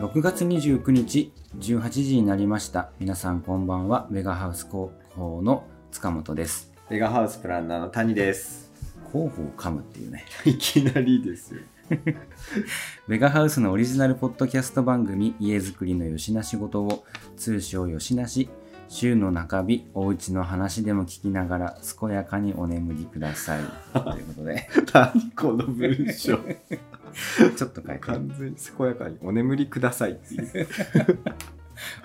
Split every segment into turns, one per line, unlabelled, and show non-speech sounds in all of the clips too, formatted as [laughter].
6月29日18時になりました皆さんこんばんはメガハウス広報の塚本です
メガハウスプランナーの谷です。
広報を噛むっていうね
[laughs] いきなりですよ。
メガハウスのオリジナルポッドキャスト番組家づくりのよしな仕事を通称よしなし週の中日おうちの話でも聞きながら健やかにお眠りくださいということ
[laughs]
で
何この文章。
ちょっと変えて
[laughs] 完全に健やかにお眠りくださいって [laughs] いう。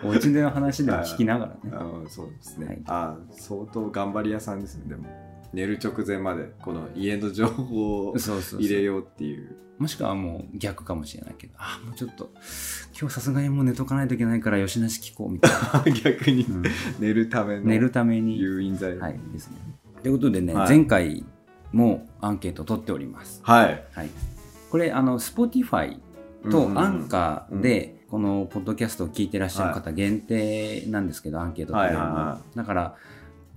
おうちの話でも聞きながらね
あーそうですね。
はい
あー相当頑張り屋さんですね。でも寝る直前までこの家の情報を
そうそう
入
そ
れ
う
ようっていう。
もしくはもう逆かもしれないけどあもうちょっと今日さすがにもう寝とかないといけないからよしなし聞こうみたいな、
[laughs] 逆に
うん
寝るための
寝るために
誘引剤。
はい、ですね。ということでね、
はい
前回もアンケート取っております。
はい。
はい、これあの Spotify とアン
ー
カーでこのポッドキャストを聞いてらっしゃる方限定なんですけど、アンケート取れるのは、
はいはいは
だから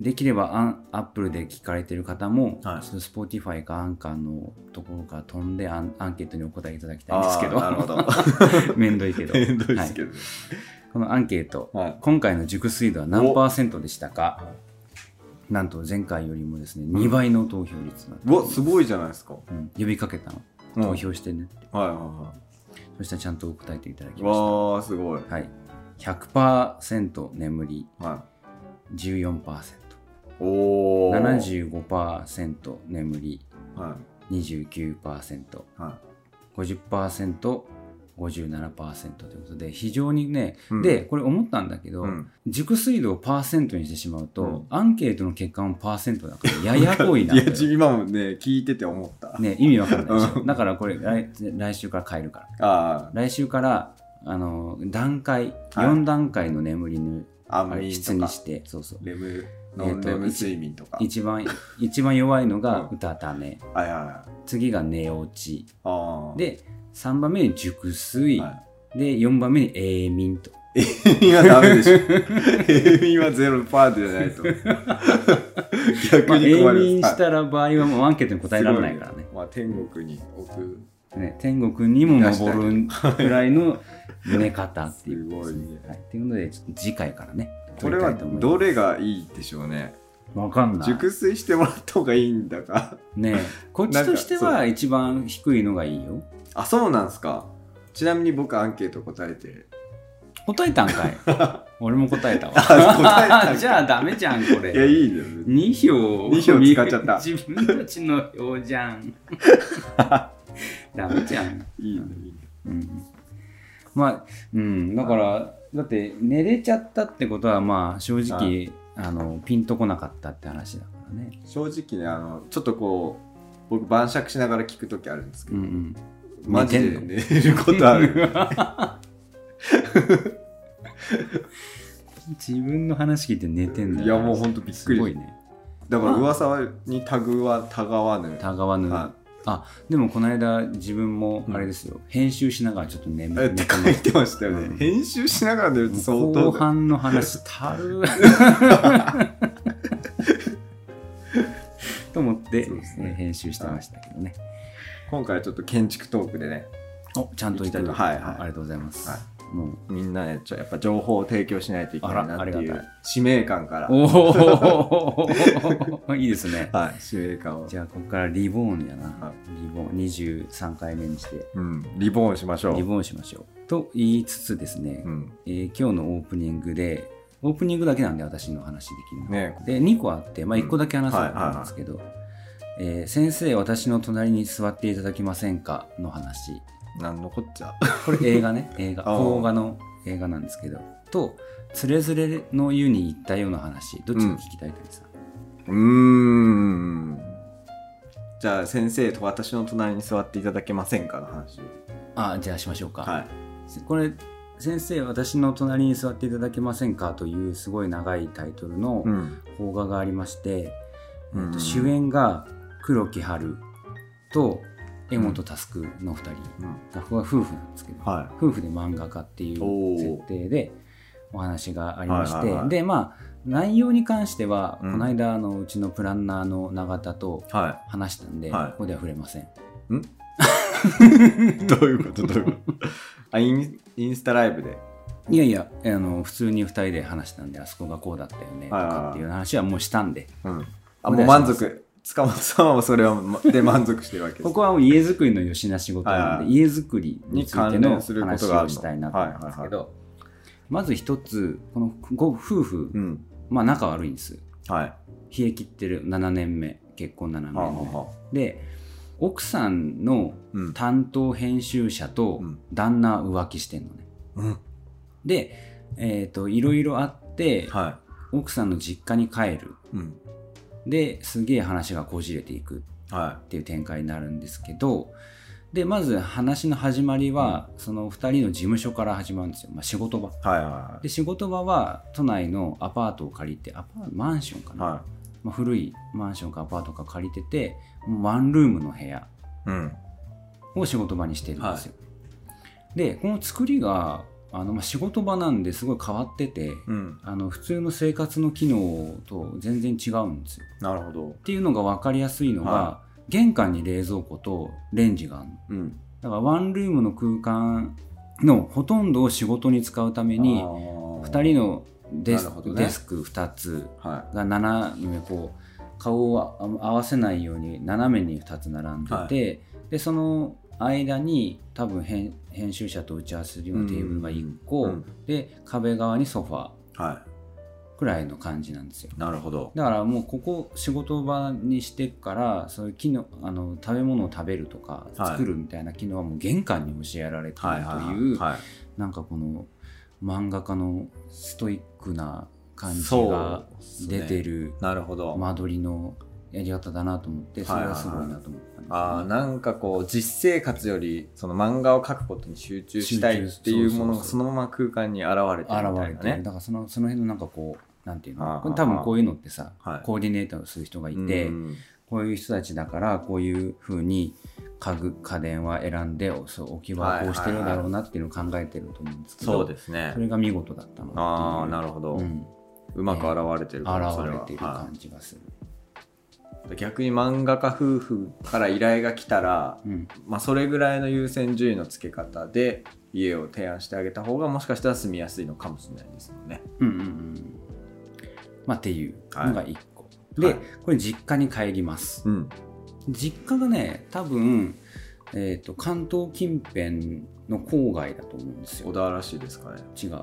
できればアンアップルで聞かれてる方も、
はい
ちょっと Spotify かアンカーのところから飛んでアンアンケートにお答えいただきたいんですけど
あーなるほど [laughs]
[laughs] めんどいけど
めんどいですけ
はい、
ど。
このアンケート
はい。
今回の熟睡度は何パーセントでしたかなんと前回よりもですね2倍の投票率になって
うわすごいじゃないですか。
うん呼びかけたの、
うん
投票してねって
はいはいは
そしたらちゃんと答えていただき
い。
まし
わあすごい。
たはい100%眠り
は
14%75%
い。おお。。
眠り
はい。
29%50%57%
はい。
ということで非常にね、
うん
でこれ思ったんだけど、
うん
熟睡度をパーセントにしてしまうと、
うん
アンケートの結果もパーセントだからややこいな
[laughs] いや、ち今もね、聞いてて思った。
ね、意味わかんないでし
う
ょ
ん
だからこれ来来週から変えるから
あ
来週からあの段階、
はい
4段階の眠りの
あ、
あ
安
れ
眠
質
と
に
か
し、てそうそう
レム、
と
ノンレム睡眠とか。
一番一番弱いのが
う
うたた寝、
はいはいはい。あ
次が寝落ち
あ。、
で3番目に熟睡、
は
で4番目に永眠
[laughs]
と
い、今ダメでしょ。 [laughs] 平民はゼロパーじゃないと。
まあ、
逆に
永
困る。
眠し
はい
たら場合はもうアンケートに答えられないからね,、
まあ、天国に置く。
ね天国にも昇るくらいの寝方っていうことです
すごいね
はい、ということでちょっと次回からね
これはど
れ
れがいいでしょうね。
わかんない
熟睡してもらった方がいいんだか。
ねえこっちとして
なんか
は一番低いのがいいよ
あ、そうなんすか。ちなみに僕アンケート答えて。
答えたんかい
[laughs]
俺も答えたわ
答えたんか
[laughs]
い
じゃあダメじゃんこ
いや、
れ
いいんだよ。
2票
二票使っちゃっ
[laughs]
た
自分たちの票じゃ
[laughs]
んダメじゃん、
いいんだよ、いいんだよ。
うん、まあうんだからだって寝れちゃったってことはまあ正直あのピンとこなかったって話だからね
正直ねあのちょっとこう僕晩酌しながら聞く時あるんですけ
う
ど、
んうん
マジで
寝
寝ること
[laughs]
ある
自分の話聞いて寝てんだ
いやもうほんとびっく
す
り
ごいね
だから噂にたぐわたがわぬ
たがわぬ、
は
あでもこの間自分もあれですよ、編集しながらちょっと眠
えっ
眠
て
て
書いてましたよね、
うん
編集しながら寝ると相
もう
当
後
だよ
半の
[laughs]
話たると思って、
そうですね
えー編集してましたけどね、
今回はちょっと建築トークでね
おちゃんといた
行きたいとはいはい
ありがとうございます、
は
もう
みんなねちょやっぱ情報を提供しないといけないなって
あらあ
い
りがた
う使命感から
おお [laughs] いいですね
はい使命感を
じゃあここからリボーンやな
は
リボーン23回目にして
うんリボンしましょ
リ
う
ボーンしましょうと言いつつですね、
うん
えー今日のオープニングでオープニングだけなんで私の話できるの、
ね
で2個あって、まあ、
うん
1個だけ話すんですけど「えー先生私の隣に座っていただけませんか?」の話
なんのこっちゃ
これ映画
[laughs]
ね映画
あー
邦画の映画なんですけどと「つれづれの湯に行ったよ」の話どっちが聞きたいとさ、
うーんじゃあ先生と私の隣に座っていただけませんかの話
あじゃあしましょうか、
はい
これ「先生私の隣に座っていただけませんか?」というすごい長いタイトルの
ん
邦画がありまして、えっ
う
と
ん
主演が黒木華と柄本佑の2人
うん
が夫婦なんですけど、
は
夫婦で漫画家っていう
おー
設定でお話がありまして、
はいはいはい
でまあ内容に関しては、
うん
この間あのうちのプランナーの永田と
いは
話したんで、
はい
ここでは触れません。
どういうことどういうことあインインスタライブで。
いやいやあの普通に2人で話したんであそこがこうだったよねとかっていう話はもうしたんで
うん。あ、もう満足。塚本様もそれはまで満足してるわけです。
ここはもう家づくりのよしな仕事なんで、
はい
家づくりについて
に関
の
連するこ
話
とがあるの
をしたいなと思うんです
は
け
いは
どまず一つこのご夫婦、
うん。
まあ仲悪いんです
はい。
冷え切ってる7年目結婚7年目、
はあはあはあ
で奥さんの
うん。
担当編集者と
うん
旦那浮気してんのね
うん。
でえっ、といろいろあって、
は
奥さんの実家に帰る
い。うん。
ですげえ話がこじれていく
は
っていう展開になるんですけどでまず話の始まりは、その2人の事務所から始まるんですよ、まあ、仕事場
い。はいは
で仕事場は都内のアパートを借りてアパーマンションか
い。
な、
は
まあ、古いマンションかアパートか借りててもうワンルームの部屋
い。うん。
を仕事場にしてるんですよ、でこの作りがあの、まあ、仕事場なんですごい変わってて、
うん。
あの普通の生活の機能と全然違うんですよ
なるほど
っ。ていうのが分かりやすいのが、
は
玄関に冷蔵庫とレンジがあるの
うん。
だからワンルームの空間のほとんどを仕事に使うために2人
の。
のデス,、
なるほどね
デスク2つ
は
が斜めこう顔をあ合わせないように斜めに2つ並んでて、
はい
でその間に多分編編集者と打ち合わせするようなテーブルが1個、
うん
で壁側にソファー
い。は
くらいの感じなんですよ
い。なるほど。
だからもうここ仕事場にしてからそういう機能あの食べ物を食べるとか
はい
作るみたいな機能はもう玄関に教えられている
はい
と
はいいうはい。はい
なんかこの漫画家のストイックな感じが
そうですね
出てる
なるほど。
間取りのやり方だなと思ってそれはすごいなと思ったんですよね
あーなんかこう実生活よりその漫画を描くことに集中したいっていうものが
集中
そのまま空間に現れてるみたい
現
な
れてる
ね。
だからそのその辺のなんかこうなんていう
あ
の
ー
これ多分こういうのってさ
はい
コーディネートする人がいて、
うん
こういう人たちだからこういうふうに家具家電は選んでそう置き場はこうしてるだろうなっていうのを考えてると思うんですけど、
そうですね
そ。れが見事だったの
ああな
る
るほど、
う、
うんまく現れてるかもそ
現
れ
れ
は
ている
は
感じがする、
い逆に漫画家夫婦から依頼が来たら、
うん、
まあ、それぐらいの優先順位のつけ方で家を提案してあげた方がもしかしたら住みやすいのかもしれないですもんね。
うんうんうんまあっていうのが1個、
い
で、
はい
これ実家に帰ります
うん、
実家がね多分、えー、と関東近辺の郊外だと思うんですよ
小田らしいですかね。
違う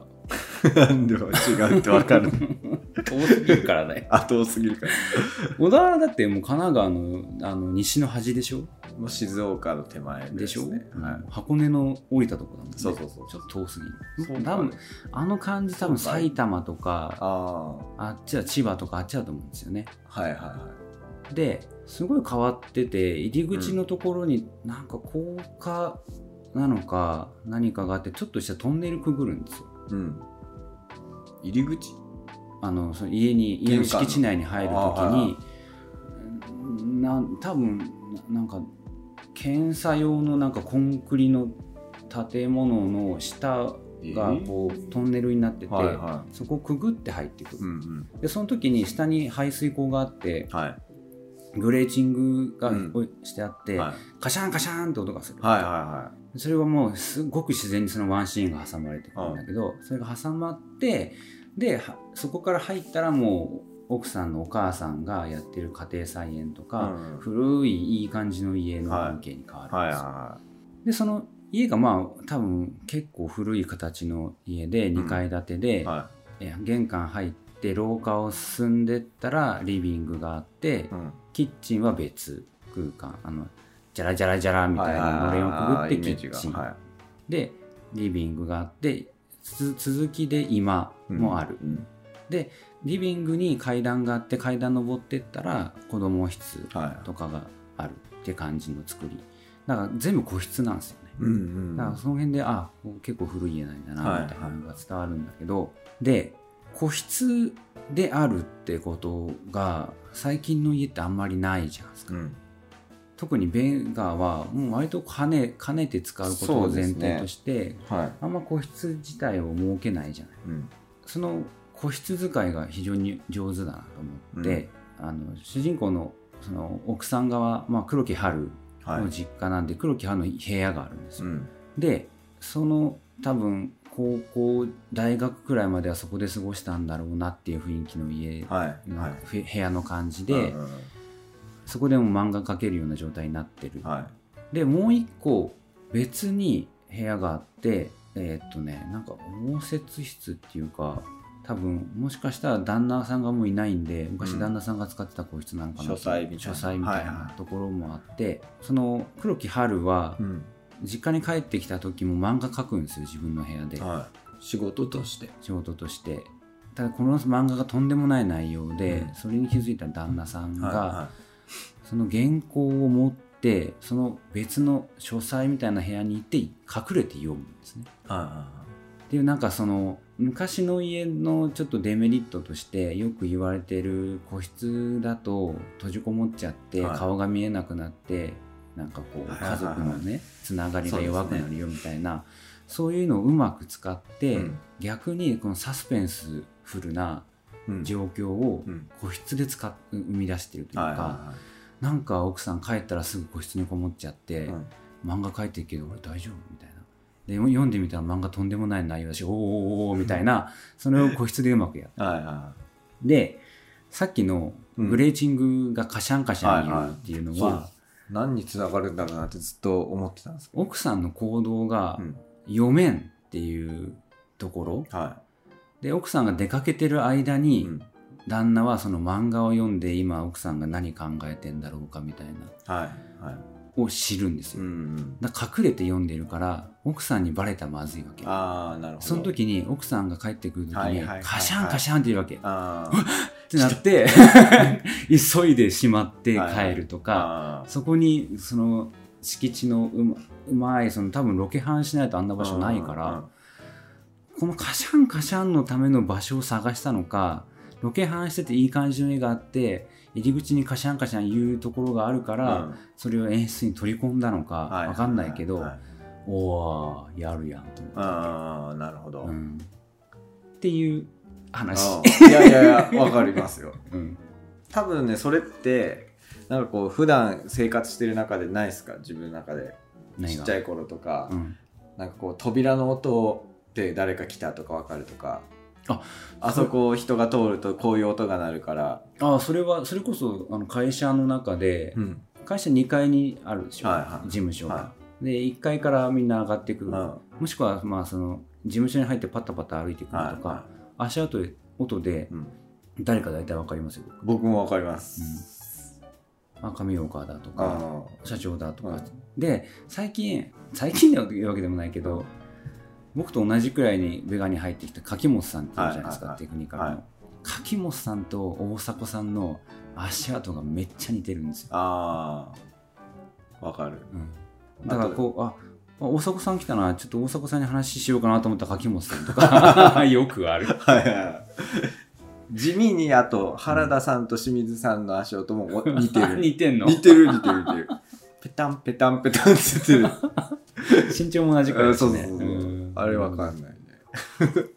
なんでも違うってわか
[laughs]
る。
遠すぎるから
[laughs]
ね
後多すぎるから。
小田原だってもう神奈川のあの西の端でしょ
もう静岡の手前
でしょ、
ねは
うん箱根の降りたとこだもんね
そうそうそう
ちょっと遠すぎ
い。そう
る多分あの感じ多分埼玉とか
あ
あっちは千葉とかあっちだと思うんですよね
あ、はいはいはい。
ですごい変わってて入り口のところになんか高架なのか何かがあってちょっとしたトンネルくぐるんですよ
うん。入り口
あのその家に家の
玄関の
敷地内に入るとき
あーはいはい
になん多分ななんか検査用のなんかコンクリの建物の下がこうトンネルになってて、
はいは
そこをくぐって入っていく
い。うんうん。
でその時に下に排水溝があって
はい。
グレーチングが
うん
してあって、
はい
カシャンカシャンって音がする、
はいはいは
それはもうすごく自然にそのワンシーンが挟まれてくるんだけど、それが挟まってではそこから入ったらもう奥さんのお母さんがやってる家庭菜園と
い。
か、
うん
古いいい感じの家の風景に変わるんですよ、
はいはいは
でその家がまあ多分結構古い形の家で2階建てで、
い。は
えー玄関入って廊下を進んでったらリビングがあって、
い。うん。
キッチンは別空間あのジャラジャラジャラみたいなのれんをくぐってキッチン、
は
でリビングがあってつ続きで今
い。
もある、
うん。
リビングに階段があって階段登ってったら子供室
はい。
とかがあるって感じの作りだから全部個室なんですよね、
うんうん。
だからその辺であ結構古い家なんだ
は
ないみたいなのが伝わるんだけど、で個室であるってことが最近の家ってあんまりないじゃん
うん。
特にベンガーはもう割と兼ね兼ねて使うことを前提として、
はい。
あんま個室自体を設けないじゃない
うん。
その個室使いが非常に上手だなと思って、あの主人公のその奥さん側、まあ、黒木春
はい
の実家なんで、黒木藩の部屋があるんです
う
よ、
ん
でその多分高校大学くらいまではそこで過ごしたんだろうなっていう雰囲気の家の、
はいはい
ふ部屋の感じで、
うんうん
そこでも漫画描けるような状態になってる、
は
でもう一個別に部屋があってえーっとねなんか応接室っていうか多分もしかしたら旦那さんがもういないんで
う
昔
ん
旦那さんが使ってた個室なんかな
書斎みたいな
書斎みたい
はいは
ないところもあって、その黒木春はい
うん
実家に帰ってきた時も漫画描くんですよ自分の部屋で
はい仕事として
仕事としてただこの漫画がとんでもない内容で、
うん
それに気づいた旦那さんが、
は
その原稿を持ってその別の書斎みたいな部屋に行って隠れて読むんですね。
いはいは
っていうなんかその昔の家のちょっとデメリットとしてよく言われてる個室だと閉じこもっちゃって
はい
顔が見えなくなって、なんかこう
はいはいは
家
い
族のねつながりが弱く
そう
な
で
るよみたいなそういうのをうまく使って、
いうん
逆にこのサスペンスフルな
うん
状況を
うん
個室で使っ生み出してるというか。
はいは
なんか奥さん帰ったらすぐ個室にこもっちゃって、
いはい
漫画描いてるけど俺大丈夫みたいなで読んでみたら漫画とんでもない内容だしおーおーおー
[laughs]
おーみたいなそれを個室でうまくやっ
うんはいは
でさっきのグレーチングがカシャンカシャン言うっていうのは,、
はいはいい何につながるんだろうなってずっと思ってたんですけど
奥さんの行動が
うん
読めんっていうところ
は
で奥さんが出かけてる間
い
に、
うん
旦那はその漫画を読んで今奥さんが何考えてんだろうかみたいな
はいはい
を知るんですよ、
うんうん
だから隠れて読んでるから奥さんにバレたらまずいわけ
ああなるほど
その時に奥さんが帰ってくる時
はいはい
に
はいはい
カシャンカシャンって言うわけっ
あ
てなって
[laughs]
急いでしまって帰ると
ー
か
あー
そこにその敷地のうまうまいその多分ロケハンしないとあんな場所ないか
うんうん
らこのカシャンカシャンのための場所を探したのかロケハンしてていい感じの絵があって入り口にカシャンカシャン言うところがあるか
うん
らそれを演出に取り込んだのか
はい
わかんないけど
はは
おーやるやんと思ったわけ
ああなるほど、
うんっていう話。
うんいやいやいやわかりますよ
うん、
多分ねそれってなんかこう普段生活してる中でないですか自分の中でちっちゃ
い、
い頃とか、
うん、
なんかこう扉の音で誰か来たとかわかるとか
あ
あそこ人が通るとこういう音が鳴るから、
あそれはそれこそあの会社の中で、
うん
会社2階にあるでしょ、
はいはい
事務所が、
は
で1階からみんな上がってくる、
いうん
もしくはまあその事務所に入ってパタパタ歩いてくるとか、
はいは
足音で音で
いうん、
誰か大体わかりますよ、
僕もわかります、
あ上岡だと
あ
か
の
社長だとか、
うん
で最近最近でいうわけでもないけど僕と同じくらいにベガに入ってきた柿本さんっていうじゃないですか、
はいはいはい
テクニカルの、
はい
柿本さんと大迫さんの足跡がめっちゃ似てるんですよ、
あーわかる
うん、だからこうああ大迫さん来たなちょっと大迫さんに話しようかなと思ったら柿本さんと
[laughs]
かよくある
はいはい地味にあと原田さんと清水さんの足音もお [laughs] 似
[laughs]
てる
似てんの
似てる似てる似てるペタンペタンペタンって言ってる
身長も同じくらいですね
うんそうそうそうそう
うん
あれわかんないね [laughs]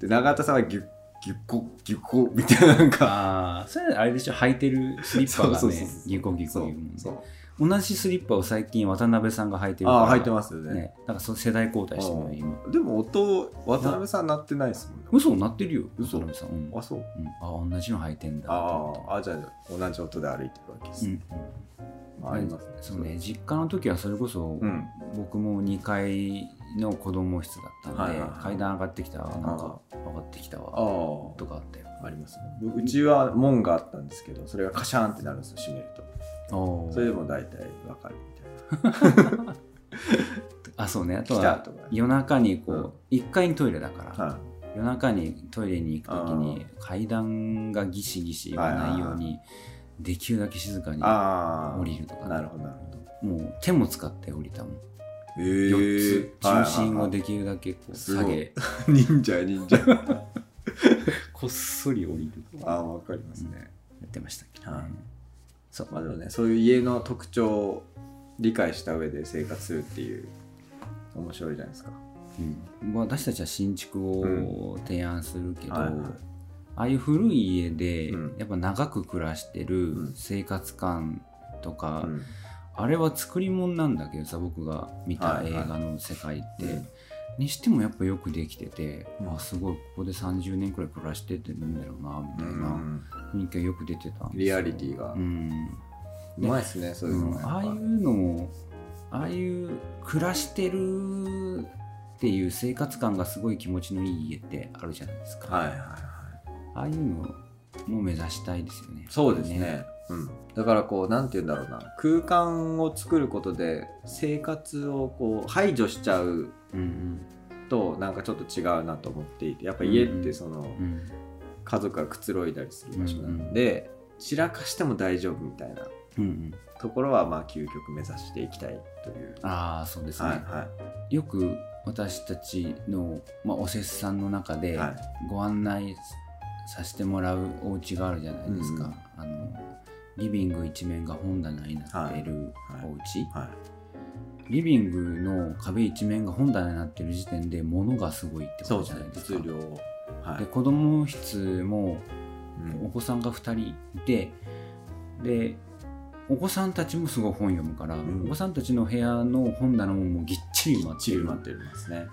で永田さんはギュッギュッコギュッコみたいななんか
ああそれあれでしょ履いてるスリッパが
[laughs] そうそうそう
ね
そう
ギコギコ
そ
言
う
うもんね
そ
同じスリッパを最近渡辺さんが履いて
う
るから
ああ入ってますよね
ねなんかそう世代交代してるのよ今
でも音渡辺さん鳴ってないですもんね
嘘なってるよ
嘘
渡辺さん、うん
あそう
うん、あ同じの履いてんだ
あーあじゃあ同じ音で歩いてるわけです、
うんうん
まあ、ありますね
そうね実家の時はそれこそ、
うん
僕も2階の子供室だったんで、
はいはいはい
階段上がってきたわなんか上がってきたわ
あ
とかあったよ
あありますねううちは門があったんですけどそれがカシャンってなるんですよ閉めるとそれでも大体わかるみたいな
あそうねあと
来た
は
とか
夜中にこ
うん
う、一1階にトイレだから、
は
夜中にトイレに行く時に階段がギシギシ言わないようにできるだけ静か
い
に
ああ
降りるとかね
なるほどなるほど
もう手も使って降りたもん、
え
4つ重心を
で
できるだけこう
す
下
ごい
げ
忍者忍者
こっそり降りる
[laughs] ああわかりますね、
やってましたっけ、
はい
そう
まあでもねそういう家の特徴を理解した上で生活するっていう面白いじゃないですか
うん、私たちは新築を提案するけど、
はいはい
ああいう古い家で
うん
やっぱ長く暮らしてる
うん
生活感とか、
うん
あれは作り物なんだけどさ僕が見た
はい
映
はい
画の世界って、
うん
にしてもやっぱよくできてて、
うん
あすごいここで30年くらい暮らしててなんだろうなみたいな雰囲気がよく出てたんですよ
リアリティが
うん
うまいですねそういうの
う
もやっ
ん
ぱ
ああいうのをああいう暮らしてるっていう生活感がすごい気持ちのいい家ってあるじゃないですか、
はいはいはい
ああいうのも目指したいですよね
そうですねうん、だからこうなんて言うんだろうな空間を作ることで生活をこう排除しちゃう
うん
となんかちょっと違うなと思っていてやっぱ家っ
うんう
て
ん
そ
う
の、
んうん
家族がくつろいだりする場所なので、散らかしても大丈夫みたいな
うんうん
ところはまあ究極目指していきたいという。
ああそうですね、
はいはい
よく私たちの、まあ、おせっさんの中で
はい
ご案内させてもらうお家があるじゃないですか、あのリビング一面が本棚になっている
はい
お家、
はい
リビングの壁一面が本棚になってる時点で物がすごいってこ
そう
と
で
じゃ
す
な
ね
いですか。
物量をはい
で、子供室も
うん
お子さんが2人いてでお子さんたちもすごい本読むから、
ん
お子さんたちの部屋の本棚ももうぎっちり埋まっ
チ
て
ル
る
待ってますね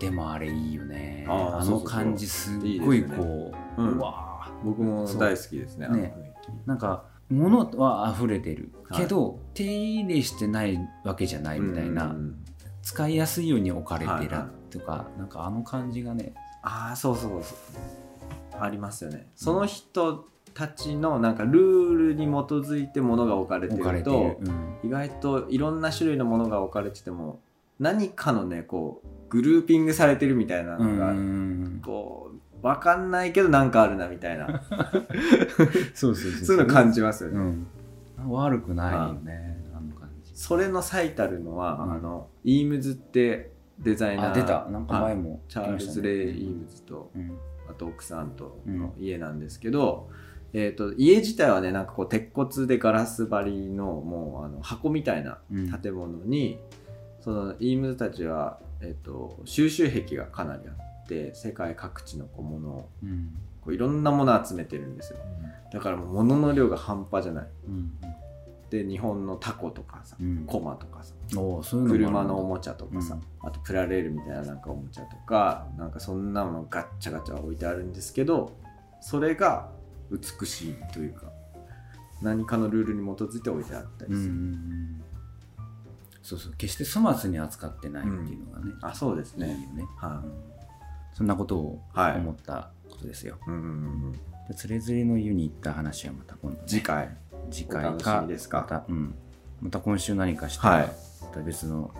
でもあれいいよね
あ
あ
ーそう
の
そうそう
感じすっごい
いいですよ
こう
うん
うわ
僕も大好きですね
そう
あの雰囲気
ーなんか物は溢れてる
はい
けど、手入れしてないわけじゃないみたいな、
うん
使いやすいように置かれ
はい
て
は
らとか、なんかあの感じがね
ああそうそうそうありますよねその人たちのなんかルールに基づいて物が置かれて
置かれ
る
てる、
と
うん
意外といろんな種類のものが置かれてても何かのねこうグルーピングされてるみたい
う
なのが、
ん、
こう分かんないけどなんかあるなみた
[laughs]
いな
そうそうそう
そういうの感じますよね、
うん、悪くないよねあの感じ
それの最たるのは、
うん
あのイームズってデザイナー
あ出たなんか前
はい
も
チャールズ・レイ・イー
ム
ムズと
うん
あと奥さんとの家なんですけど、えー、と家自体はねなんかこう鉄骨でガラス張りのもうあの箱みたいな
うん
建物に、そのイームズたちは、えっと収集癖がかなりあって世界各地のこうものを
うん
こういろんなものを集めてるんですよだからもう物の量が半端じゃない
うん
で日本のタコとかさ、
うん
コマとかさ
おーそういうのもあ
車
るんだ
のおもちゃとかさ、あとプラレールみたいななんかおもちゃとかなんかそんなのガッチャガチャ置いてあるんですけどそれが美しいというか何かのルールに基づいて置いてあったり
うん
す
うん
る、
うんそうそう決して粗末に扱ってないっていうのがね、
あそうです
いい
ね
よね、
は
うんそんなことを
い、はい
思ったことですよ、
うんうんうん
でつれづれの湯に行った話はまた今度、ね、
次回
次
お
回
楽し
か
みです
ま
か
た、うん、また今週何かしたら、
はい
また別の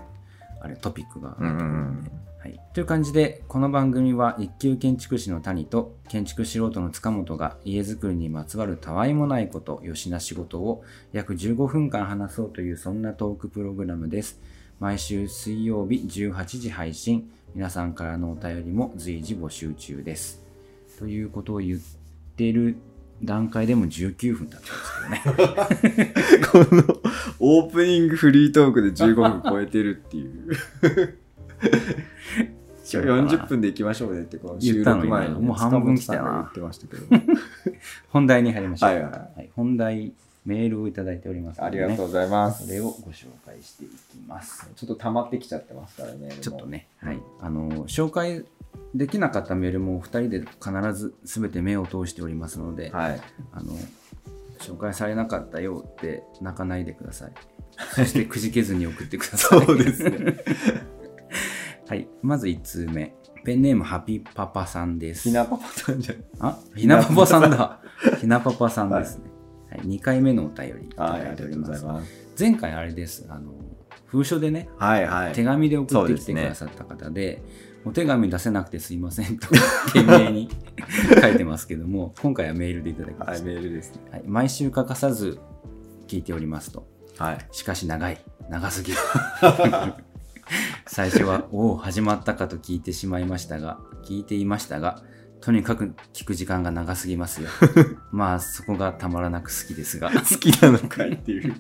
あれトピックが
うんうんうん
はい、という感じでこの番組は一級建築士の谷と建築素人の塚本が家づくりにまつわるたわいもないことよしな仕事を約15分間話そうというそんなトークプログラムです毎週水曜日18時配信皆さんからのお便りも随時募集中ですということを言ってる段階でも19分経ってますけどね
このオープニングフリートークで15分超えてるっていう [laughs] 今日40分で行きましょうねってこの収録前に、
言ったのにもう半分来たな
塚本さんが言ってましたけ [laughs] ど
本題に入りましょう、
はいはいは
はい本題メールをいただいております
あ
の
り
で
がとうございます
それをご紹介していきます
ちょっと溜まってきちゃってますからね
ちょっとね、はい、あの紹介できなかったメールもお二人で必ず全て目を通しておりますので、
はい
あの紹介されなかったよって泣かないでくださいそしてくじけずに送ってください
ね
[laughs] はいまず1通目ペンネームハピパパさんです
[laughs] ひなパパさんじゃん
あ、ひなパパさんだ。ひなパパさんですね。はい、2回目のお便りいただいております。
ます
前回あれです。あの、封書でね、
はいはい
手紙で送ってきてくださった方で、お手紙出せなくてすいませんと、 [laughs] 懸命
[laughs]
に書いてますけども、今回はメールでいただきま
はい
した。
メールですね
はい、毎週欠かさず聞いておりますと。
はい
しかし長い、長すぎ
[laughs]
る。最初は、おお、始まったかと聞いてしまいましたが、聞いていましたが、とにかく聞く時間が長すぎます
[laughs]
よ。まあ、そこがたまらなく好きですが、
好きなのかいっていう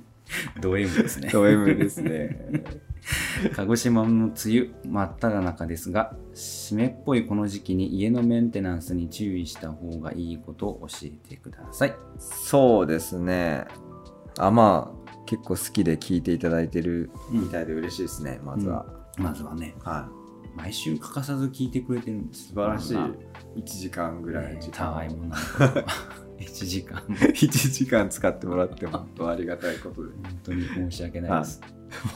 ド M ですね。
ド M ですね
鹿児島の梅雨、真っ只中ですが、湿っぽいこの時期に家のメンテナンスに注意した方がいいことを教えてください。
そうですねあまあ結構好きで聞いていただいてる
うん
みたいで嬉しいですね、まずは、
まずはね
は
毎週欠かさず聞いてくれてるんで
い
す
素晴らしい
まあ
1時間ぐらい
ね
時
た
間、
わいもないことを1時間
[laughs] 1時間使ってもらって本当ありがたいこと [laughs] で
本当に申し訳ないです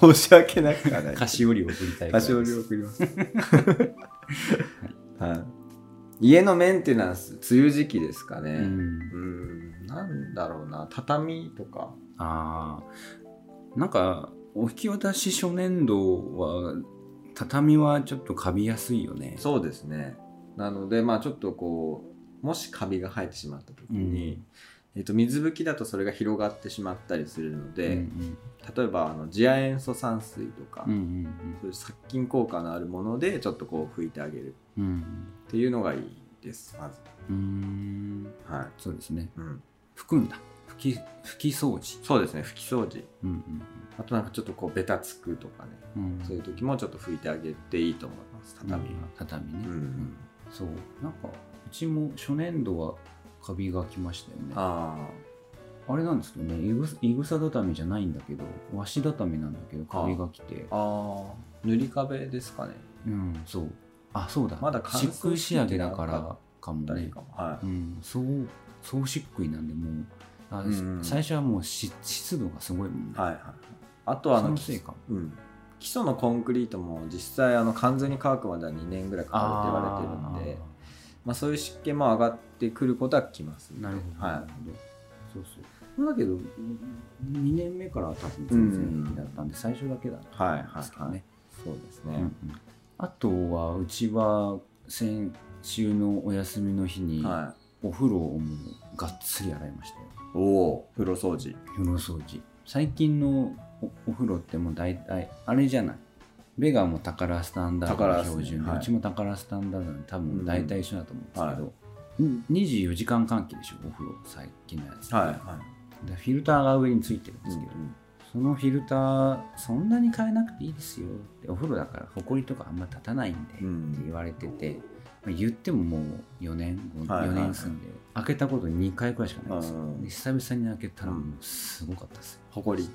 申し訳なくはない
菓子折りを送りたいぐらいで
菓
す
子折りを送ります [laughs] はい家のメンテナンス梅雨時期ですか
う
ね
ん
うんなんだろうな畳とか
ああなんかお引き渡し初年度は畳はちょっとカビやすいよね
そうですねなのでまあちょっとこうもしカビが生えてしまった時に、えっと水拭きだとそれが広がってしまったりする
う
の
ん
で、
うん
例えばあの次亜塩素酸水とか、
うんうん
そういう殺菌効果のあるものでちょっとこう拭いてあげる
うんうん
っていうのがいいですまず
うーん
はい、
そうですね
うん、
拭くんだ拭き拭き掃除
そうですね拭き掃除
うん
あとなんかちょっとこうベタつくとかね
うんうん
そういう時もちょっと拭いてあげていいと思います畳は、
畳ね、
うん
そうなんかうちも初年度はカビが来ましたよねあ
あ
れなんですけどねいぐいぐさ畳じゃないんだけど和紙畳なんだけどカビが来て
ああー塗り壁ですかね
うんそうあそうだ
まだ乾燥
漆喰仕上げだからかも
だい
ね
いかもは
うんそうそう漆喰なんでもうあ、
うんうん
最初はもうし湿度がすごいもんね、
い、はいはい、あとはあ
そ
の
のせいかも
うん、基礎のコンクリートも実際あの完全に乾くまでは2年ぐらいかかるって言われてるんでまあ、そういう湿気も上がってくることはきます
あーなるほど、な
は
るほどそうそうだけど2年目からは多分全然平気だったんで、最初だけだ
い、はいはい
ったんですけど
はい
ね、
そうですね、
うんうんあとはうちは先週のお休みの日に
は
お風呂をもうがっつり洗いましたよ
い、おお風呂掃除
風呂掃除最近のおお風呂ってもう大体あれじゃないベガも宝スタンダード
宝
が
ですね
標準で、
はいう
ちも宝スタンダードなんで多分大体一緒だと思うんですけど、う
う
ん24時間換気でしょお風呂最近のやつ、
はい
だか
は
らフィルターが上についてるん
い
ですけど、そのフィルターそんなに変えなくていいですよってお風呂だからほこりとかあんま立たないんで、っ
う
て
ん
言われてて、まあ言ってももう4年5
はいはい
4
はい
年住んで、開けたこと2回くらいしかないんですよ、
うん
で久々に開けたら
うん
もうすごかったですよ
ほこり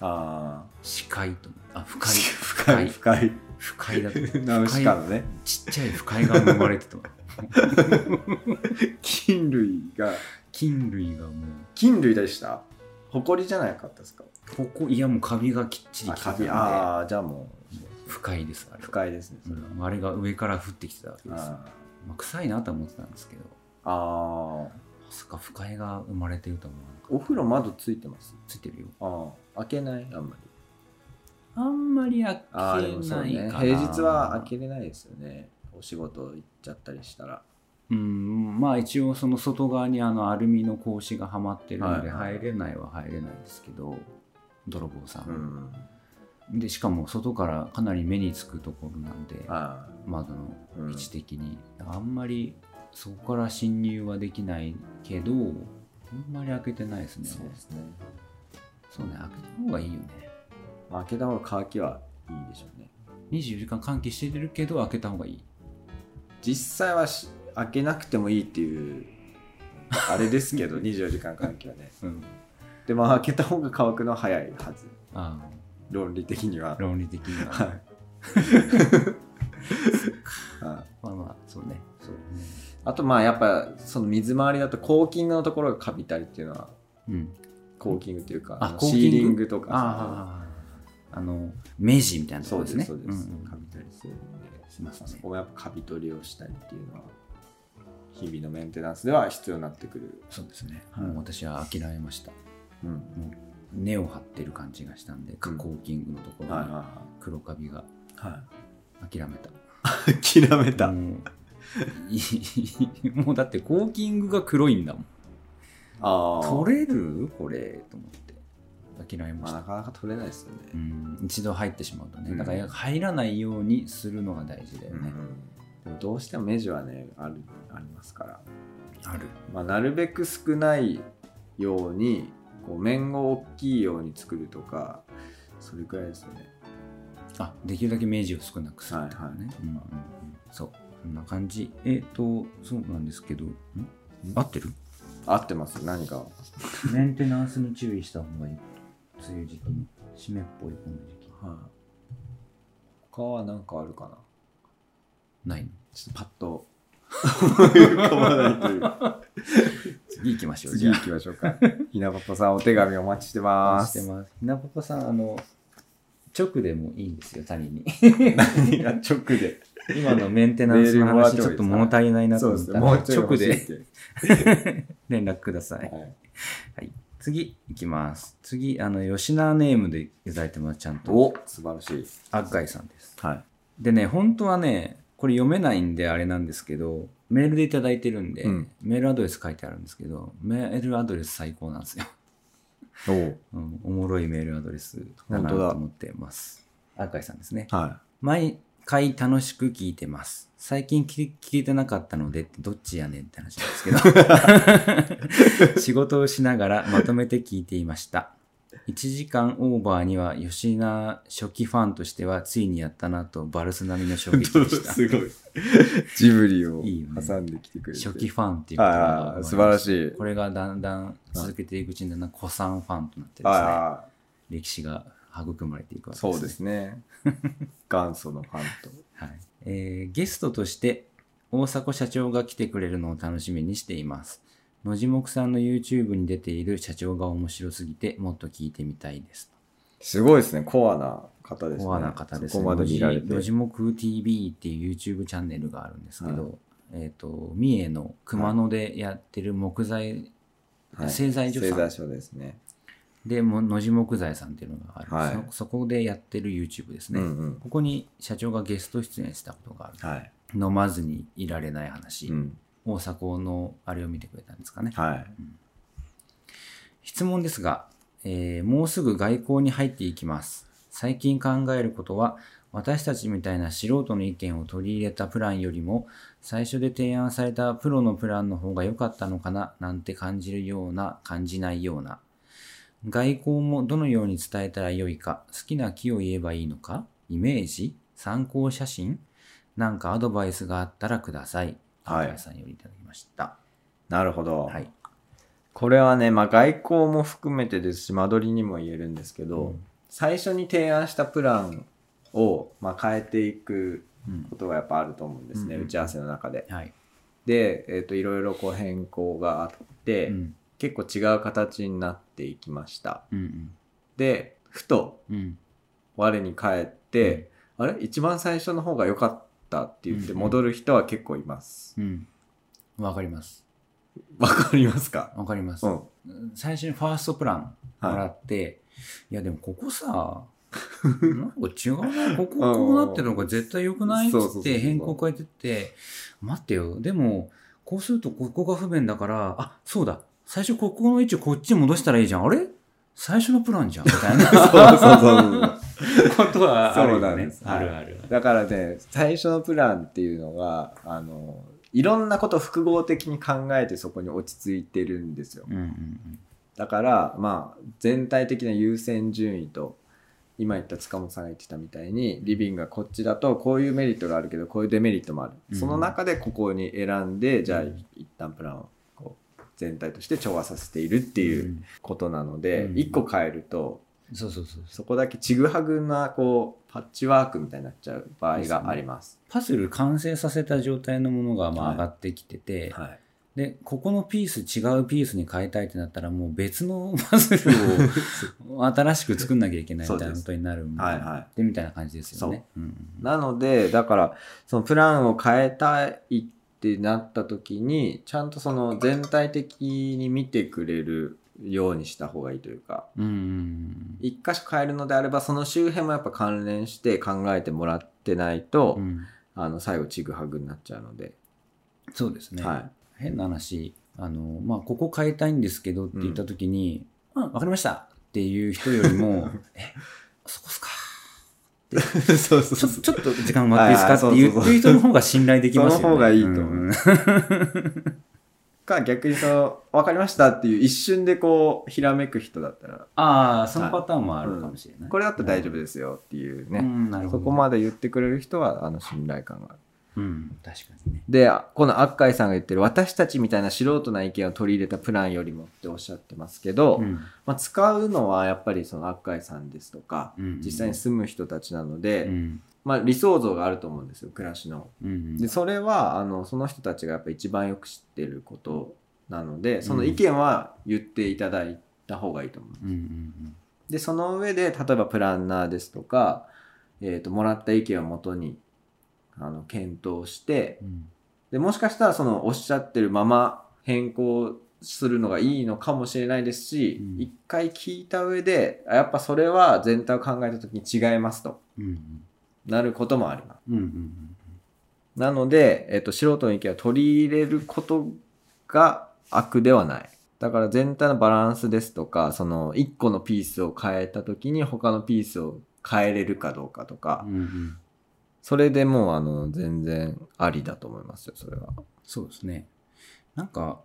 ああ
視界と思ってあ不快
深い深い
不快
[laughs]
だと思って
ナウシカのね
ちっちゃい不快が生まれ
[laughs]
てたわ
菌類が
菌類がも
菌類でしたほこりじゃなかったですか
うここいやもうカビがきっちり
あ
きてた
カ
んで
ビああじゃあもう
不快ですあれ
不快ですね
う
それは、
んあれが上から降ってきてたわけですよ、
あ
まあ、臭いなとは思ってたんですけど
ーあー
まさか不快が生まれてるとは思わなかった
お風呂窓ついてます
ついてるよ
ああ開けないあんまり
あんまり開け
ああでもそう
ない
ね
かな
平日は開けれないですよねお仕事行っちゃったりしたら
うん、まあ一応その外側にあのアルミの格子がはまってるので
はいはい
入れないは入れないですけど、泥棒さ、
うんん
でしかも外からかなり目につくところなんで
ああ
窓の
うん
位置的に、あんまりそこから侵入はできないけどあんまり開けてないですね
そうですね
そうね開けた方がいいよね
まあ開けた方が乾きはいいでしょうね
24時間換気してるけど開けた方がいい
実際はし開けなくてもいいっていうあれです
[laughs]
けど24時間換気はね
うん
でも開けた方が乾くのは早いはず
ああ
論理的
[laughs]
には
論理的に
は
は、 [laughs]
いはい
まあまあそうね
そうあとまあやっぱその水回りだとコーキングのところがカビたりっていうのは
うん
コーキングっていうか
あ
あの
コー
シ
キング
ーリングとかさ
あああの明治みたいなところ
そう
で
で
ね。
すすそうです
んん
カビたりするんで
しますね
そこもやっぱカビ取りをしたりっていうのは日々のメンテナンスでは必要になってくる、
そうですね。
はい
もう私は諦めました。
うん
根を張ってる感じがしたんで、加工キングのところ
はい
に
は
黒カビが
い [laughs] は
諦めた。
い諦めた、
もういい [laughs] もうだってコーキングが黒いんだもん。
ああ
取れるこれと思って諦めま
まあ、
し
な
た。
かなか取れないですよね、
うん一度入ってしまうと
う
ね。
ん
だから入らないようにするのが大事だよ
う
ね。
んでもどうしても目地はねあるありますから、
ある。
まあ、なるべく少ないようにこう面を大きいように作るとかそれくらいですよね
あできるだけ明治を少なくするってことね、
はいはい
うんうんうん、そうそんな感じえっ、とそうなんですけどん合ってる
合ってます何か
メンテナンスに注意した方がいい梅雨時期に湿っぽいこの時期
他は何かあるかな
ないの
ちょっとパッと思い浮かばないというか
次行きましょう
[laughs] 次
じゃ
行きましょうかひなパパさんお手紙お待ちして
あ
ま
して
す
ますひなぽぽさんあの直でもいいんですよ谷
[laughs]
に
いや [laughs] 直で
今のメンテナンスの話ちょっと物足りないなと
そう
思
で
ったら
すねもうちょい
直
欲しい
で
って
連絡ください
はい
次いきます次あの吉永ネームでいただいてますちゃんと
お素晴らしい
あっがいさんです
はい
でね本当はねこれ読めないんであれなんですけどメールでいただいてるんで、
うん
メールアドレス書いてあるんですけどメールアドレス最高なんですよ、 [laughs]
おう
うん、おもろいメールアドレスだな
本当
と
だ
思ってますあっがいさんですね
は
毎回楽しく聞いてます最近聞聞いてなかったのでってどっちやねんって話なんです
[laughs]
けど仕事をしながらまとめて聞いていました1時間オーバーには吉永初期ファンとしてはついにやったなとバルス並みの衝
[laughs]
撃でした
すごいジブリを
いいよね
挟んできてくれて
初期ファンっていう言葉が生まれ
ああ
ま
素晴ら
し
しい
いこれがだんだん続けていくうちにだんだん古参ファンとなってですね
あ
歴史が育まれていく
あ
わけですね
そうですね元祖のファンと
はいえーゲストとして大迫社長が来てくれるのを楽しみにしています。野地木さんの YouTube に出ている社長が面白すぎてもっと聞いてみたいです。
すごいですねコアな方ですね
コアな方です
そこまで見られて
野地木 TV っていう YouTube チャンネルがあるんですけど、
は
えっ、と、三重の熊野でやってる木材、
はい
製材所さん
製材所ですね
でも野地木材さんっていうのがあるんです、
はい
そそこでやってる YouTube ですね。
うんうん
ここに社長がゲスト出演したことがある。
はい、
飲まずにいられない話。
うん、
大迫のあれを見てくれたんですかね。
はい
質問ですが、えーもうすぐ外交に入っていきます。最近考えることは、私たちみたいな素人の意見を取り入れたプランよりも、最初で提案されたプロのプランの方が良かったのかな、なんて感じるような、感じないような。外交もどのように伝えたらよいか、好きな木を言えばいいのか、イメージ参考写真なんかアドバイスがあったらください。
はい
赤井さんよりいただきました。
なるほど、
はい。
これはね、まあ、外交も含めてですし間取りにも言えるんですけど、
うん
最初に提案したプランを、まあ、変えていく
うん
ことがやっぱあると思うんですね、
うんうん
打ち合わせの中で。
はい。
で、えっといろいろこう変更があって、
うん。
結構違う形になっていきました。
うん。
でふと
うん。
我に返って、あれ一番最初の方が良かったって言って
うん
戻る人は結構います。 [laughs]
うん。わかります。
わ、かりますか
わかります
う。ん。
最初にファーストプランもら
は
って、い、や、でもここさ、なんか違うな。こ
[laughs]
こ、こうなってるのが絶対良くないっ
そうそう
つ
そ
っ
うそう
て変更変えてって、待ってよ。でも、こうするとここが不便だから、あ、そうだ。最初ここの位置こっちに戻したらいいじゃん。あれ最初のプランじゃん。みたいな。
い。 [laughs] [laughs] そうそうそうそう。
ことはあるよね。
そうなんです
あるある。
だからね最初のプランっていうのがあのいろんなことを複合的に考えてそこに落ち着いてるんですよ
うんうん
だからまあ全体的な優先順位と今言った塚本さんが言ってたみたいにリビングがこっちだとこういうメリットがあるけどこういうデメリットもある、
うん
その中でここに選んでじゃあ
うん
一旦プランをこう全体として調和させているって
うん。
いうことなので、
うん
一個変えると
うん。そうそうそう。
そこだけちぐはぐなこうパッチワークみたいになっちゃう場合があります。
パズル完成させた状態のものがまあ
はい
上がってきてて、
はい
で、ここのピース違うピースに変えたいってなったらもう別の [laughs] パズルを新しく作んなきゃいけないみたいなことになるんで [laughs]
はいは
でみたいな感じですよね。うん
い。なので、だから、そのプランを変えたいってなった時に、ちゃんとその全体的に見てくれるようにした方がいいというか、
うんうん
一箇所変えるのであれば、その周辺もやっぱ関連して考えてもらってないと、
うんうん
あの、最後ちぐはぐになっちゃうので、
そうですね。
はい。
変な話、あの、まあ、ここ変えたいんですけどって言った時に、うん、わかりましたっていう人より
[laughs]
も、え、そこっすか。
そうそ
ち
うそ
ょ
う。
ちょっと時間もらっていいですかって
はいはいそ
言
うそう
っ
そう
てる人の方が信頼できますよね。
その方がいいと思うんか、逆にその、わかりましたっていう一瞬でこう、ひらめく人だったら、
ああ、そのパターンもあるかもしれない。
これだったら大丈夫ですよっていう
う
ね。
ん、なるほ
そ
ど。
こまで言ってくれる人は、あの、信頼感がある。
うん、確かにね。
でこのアッカイさんが言ってる私たちみたいな素人な意見を取り入れたプランよりもっておっしゃってますけど、
ん
まあ、使うのはやっぱりそのアッカイさんですとか、
うん
実際に住む人たちなので、
うん
まあ、理想像があると思うんですよ暮らしの。
うん
でそれはあのその人たちがやっぱ一番よく知ってることなのでその意見は言っていただいた方がいいと思う。
うんうん
でその上で例えばプランナーですとか、えー、ともらった意見をもとにあの検討して
うん
でもしかしたらそのおっしゃってるまま変更するのがいいのかもしれないですし
うん
一、回聞いた上であやっぱそれは全体を考えた時に違いますと
うん
なることもあります。
うんうんうん
なので、えっと、素人の意見を取り入れることが悪ではない。だから全体のバランスですとか、その1個のピースを変えた時に他のピースを変えれるかどうかとか
う、んうん
それでもうあの全然ありだと思いますよ、それは。
そうですね。なんか、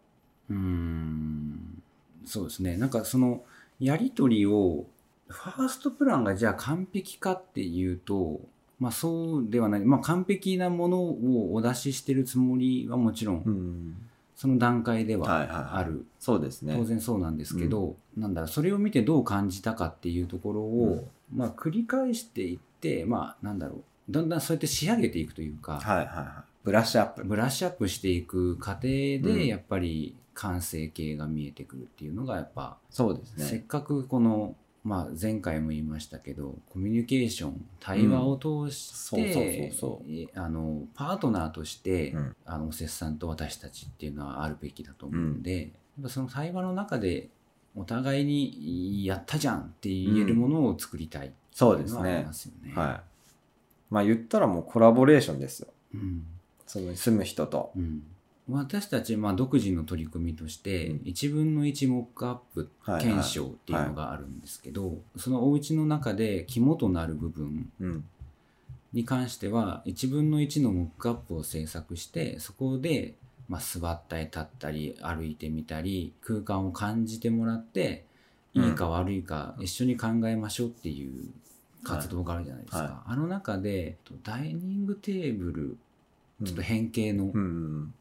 うーん、そうですね。なんかその、やりとりを、ファーストプランがじゃあ完璧かっていうと、まあそうではない。まあ完璧なものをお出ししてるつもりはもちろん、
うん。
その段階ではあ
あ
る。。
そうですね。
当然そうなんですけど、なんだろうそれを見てどう感じたかっていうところを、まあ繰り返していってまあなんだろうだんだんそうやって仕上げていくというか、
はいはいはい。ブラッシュアップ。
ブラッシュアップしていく過程
うん
でやっぱり完成形が見えてくるっていうのがやっぱ、
そうです
せっ
ね。
かくこの、まあ、前回も言いましたけどコミュニケーション対話を通して
うんそうそうそうそう
えあのパートナーとして、
うん
あのおせっさんと私たちっていうのはあるべきだと思うんで、やっぱその対話の中でお互いに「やったじゃん!」って言えるものを作りたいって
そう
いう
で
の
す
はあり
ね
ま。すよね。
はい。まあ言ったらもうコラボレーションですよ。
うん
その住む人と。
うん、私たち、まあ、独自の取り組みとして、
うん
1分の1モックアップ
はいはい
検証っていうのがあるんですけど、そのお家の中で肝となる部分
うん。
に関しては1分の1のモックアップを制作してそこで、まあ、座ったり立ったり歩いてみたり空間を感じてもらって
うん
いいか悪いか一緒に考えましょうっていう活動があるじゃないですか、
はいは
あの中でダイニングテーブルちょっと変形の、
うんうん。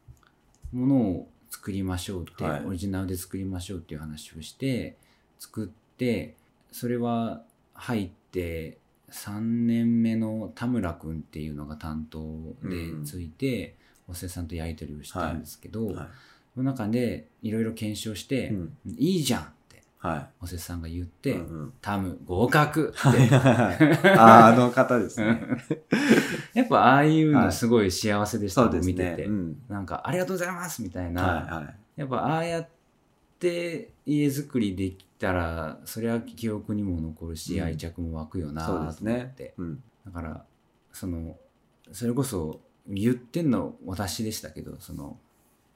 ものを作りましょうって、
はい
オリジナルで作りましょうっていう話をして作ってそれは入って3年目の田村君っていうのが担当
うん
でついて、おせさんとやり取りをしたんですけど、
はい
その中でいろいろ検証して、
うん
いいじゃんって
は
おせさんが言っ
い。
て、
うんうん
タム合格
は
っ
い
て [laughs]
はいはい [laughs] あーあの方ですね。
やっぱああいうのすごい幸せでした、
そうですね。
見てて、
うん、
なんかありがとうございますみたいな、
はいはい。
やっぱああやって家づくりできたらそれは記憶にも残るし、
うん
愛着も湧くよなと
そう
思
で
っ
す
て、
ね。うん、
だからそのそれこそ言ってんの私でしたけどその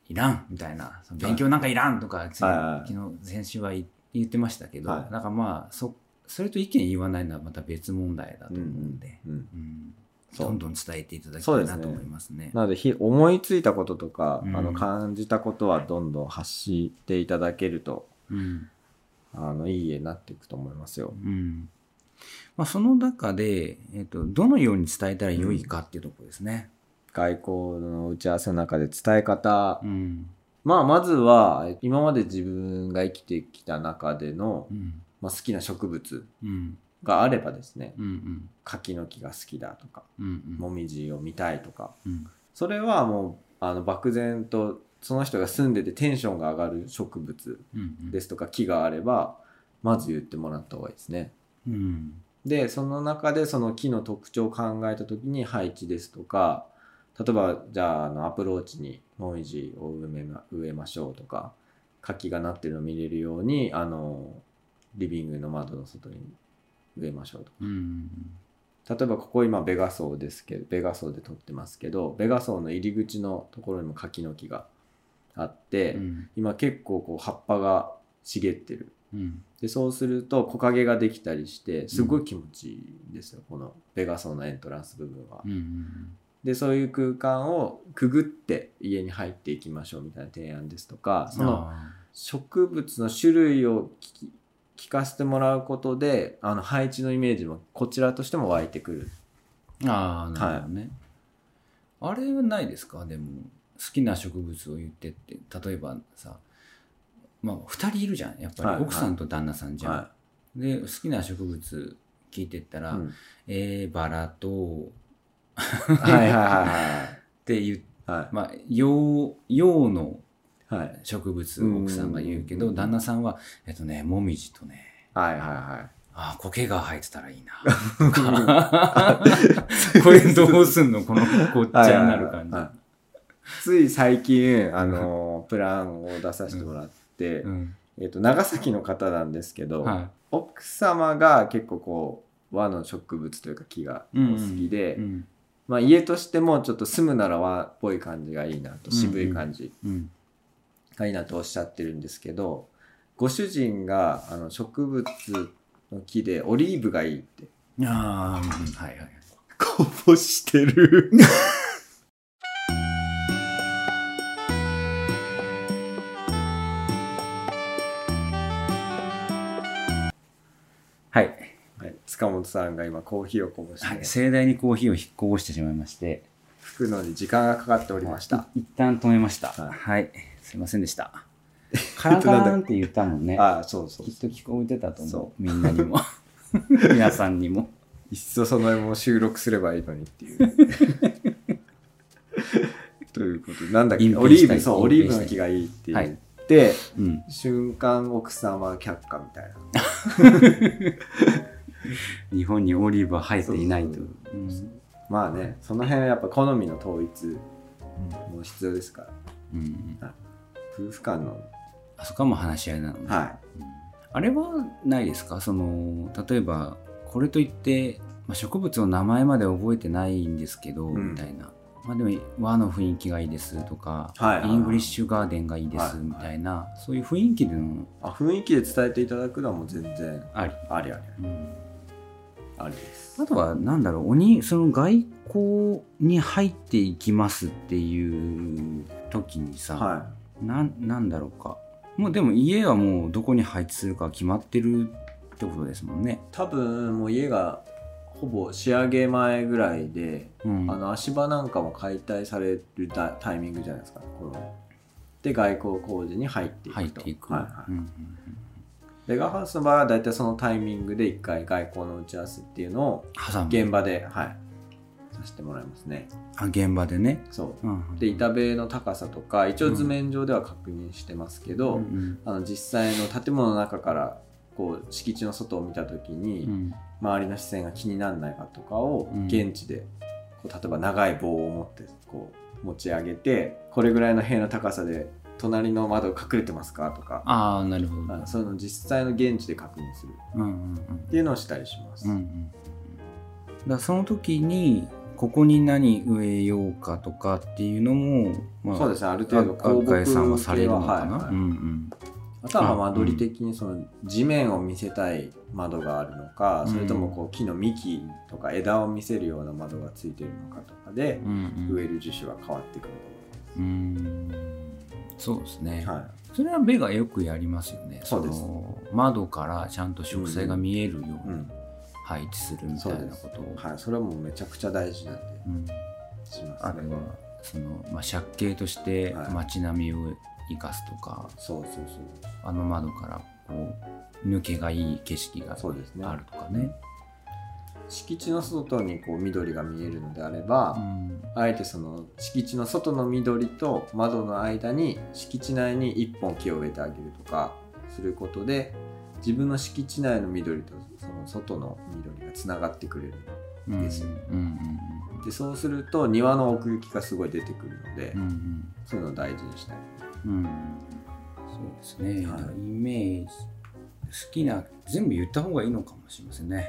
いらんみたいなその勉強なんかいらんとか、つい
はいはい
昨日先週は言言ってましたけど、
はい
なんかまあそそれと意見言わないのはまた別問題だと思うんで、
うん。
うん
そう
どんどん伝えていただき
そ
た
う
い
で
な
すね
と思いますね。
なのでひ思いついたこととか、
うん
あの感じたことはどんどん発していただけると
うん
あのいい絵になっていくと思いますよ。
うんまあ、その中で、えっとどのように伝えたらよいかっていうところですね。
外交の打ち合わせの中で伝え方、
うん
まあまずはえ今まで自分が生きてきた中での
う、ん
まあ、好きな植物
うん
があればですね
うんうん
柿の木が好きだとか
うんうん
もみじを見たいとか
うん
それはもうあの漠然とその人が住んでてテンションが上がる植物
うん
ですとか木があればまず言ってもらった方がいいですね。
うん
でその中でその木の特徴を考えた時に配置ですとか例えばじゃああのアプローチにモミジを植えま植えましょうとか柿がなってるのを見れるようにあのリビングの窓の外に植えましょうとか
うんうん
例えばここ今ベガソウですけどベガソウで撮ってますけどベガソウの入り口のところにも柿の木があって、
うん
今結構こう葉っぱが茂ってる
うん
でそうすると木陰ができたりしてすごい気持ちいいんですよ、このベガソウのエントランス部分は、
うんうん
でそういう空間をくぐって家に入っていきましょうみたいな提案ですとかその
あ
植物の種類を聞き聞かせてもらうことであの配置のイメージもこちらとしても湧いてくる
ーあーなるほどね。あれはないですかでも好きな植物を言ってって例えばさまあ2人いるじゃんやっぱり、
はいはい
奥さんと旦那さんじゃん、
は
で好きな植物聞いてった
い、
ら、
うん
えー、バラと
はいはい
って言って、
は
まあ、洋洋の
いはいはい
植物を奥さんが言うけど
うん
旦那さんはえっとねもみじとね
はいは
ああ、苔が生えてたらいい [laughs] な。とかこれどうすんのこのごっち
いはい
ゃになる感
はいは
じ。
いつい最近あのプランを出させてもらって、
うん
えっと長崎の方なんですけど、
は
奥様が結構こう和の植物というか木がお
うん
好きで、
い。うん。
まあ、家としてもちょっと住むなら和っぽい感じがいいなと渋い感じ
うん。
がいいなとおっしゃってるんですけどご主人があの植物の木でオリーブがい
[laughs]
いって
ああ、うんはいはい。
こぼして
[laughs]
る
はい。
はい塚本さんが今コーヒーをこぼして、
はい。盛大にコーヒーを引っこぼしてしまいまして、
吹くのに時間がかかっておりました、
一旦止めました。
はい
はい。すいませんで [laughs] した。カラカランって言ったもんね。
ああそうそう
きっと聞こえてたと
そ
思う。みんなに [laughs] も。皆さんにも。
いっそその辺も収録すればいいのにっ
[laughs]
ていう。ということで、なんだっ
隠
け、
蔽
オリー
したい
ブ、そう、オ
隠蔽
リ
した
ー
い
ブの木がいいって
は
言
い
って、
うん。
瞬間奥様は却下みたいな。
日本にオリーブは生えていないと。
そう
うん
まあね、その辺はやっぱ好みの統一も必要ですから、
うん。
夫婦間の、
あそこはもう話し合いなのね。
は
あれはないですかその例えばこれといって、まあ、植物の名前まで覚えてないんですけど、
うん
みたいな、まあ、でも和の雰囲気がいいですとか、
はいはいはい
イングリッシュガーデンがいいです、
はいはい
みたいなそういう雰囲気での
い。あ雰囲気で伝えていただくのはもう全然
あり、
ありあ
う
り
ん
ありです。
あとはなんだろう鬼その外交に入っていきますっていう時にさ、
は
なんなんだろうかもうでも家はもうどこに配置するか決まってるってことですもんね
い。。多分、もう家がほぼ仕上げ前ぐらいで、
うん
あの足場なんかも解体されるタタイミングじゃないですか、こので外交工事に入ってい
入っ
くと
ていく。
はいは
う
い
んうん
でガーハウスの場合は大体そのタイミングで一回外交の打ち合わせっていうのを
挟む
現場で、はい、させてもらいますね
あ現場でね。
そ
うんうん
うで板塀の高さとか一応図面上では確認してますけど、
うん
あの実際の建物の中からこう敷地の外を見た時に、
うん
周りの視線が気にならないかとかを
うん
現地で、こう例えば長い棒を持ってこう持ち上げてこれぐらいの塀の高さで隣の窓隠れてますかとか
ああなるほど。
あそういうのを実際の現地で確認する
うんうんうん
っていうのをしたりします。
うんうん。だからその時にここに何植えようかとかっていうのも、ま。
そうですすねある程度
学会さんはされるの
は
か
い
な。
はい
うんうん
あとはまあ間取り的にその地面を見せたい窓があるのか、
うん
それともこう木の幹とか枝を見せるような窓がついてるのかとかで
う、んうん
植える樹種は変わってくる
うん。そうですね
と、思います。はい
それはベがよくやりますよね
そうです
の窓からちゃんと植栽が見えるよう
う
に
ん
配置するみたいなことを、
はい、それはもうめちゃくちゃ大事なんで
うん
します
あれ
ね
はその、まあ、借景として
はい
街並みを生かすとか、
そうそうそう
あの窓からこう抜けがいい景色が
そうですね
あるとかね。
敷地の外にこう緑が見えるのであれば、あえてその敷地の外の緑と窓の間に敷地内に1本木を植えてあげるとかすることで自分の敷地内の緑とその外の緑がつながってくれる
うん
ですよ
うん
でそうすると庭の奥行きがすごい出てくるので、
うんうん
そういうのを大事にしたい
うんうんうんそうですね、
はい
だからイメージ好きな全部言った方がいいのかもしれませんね。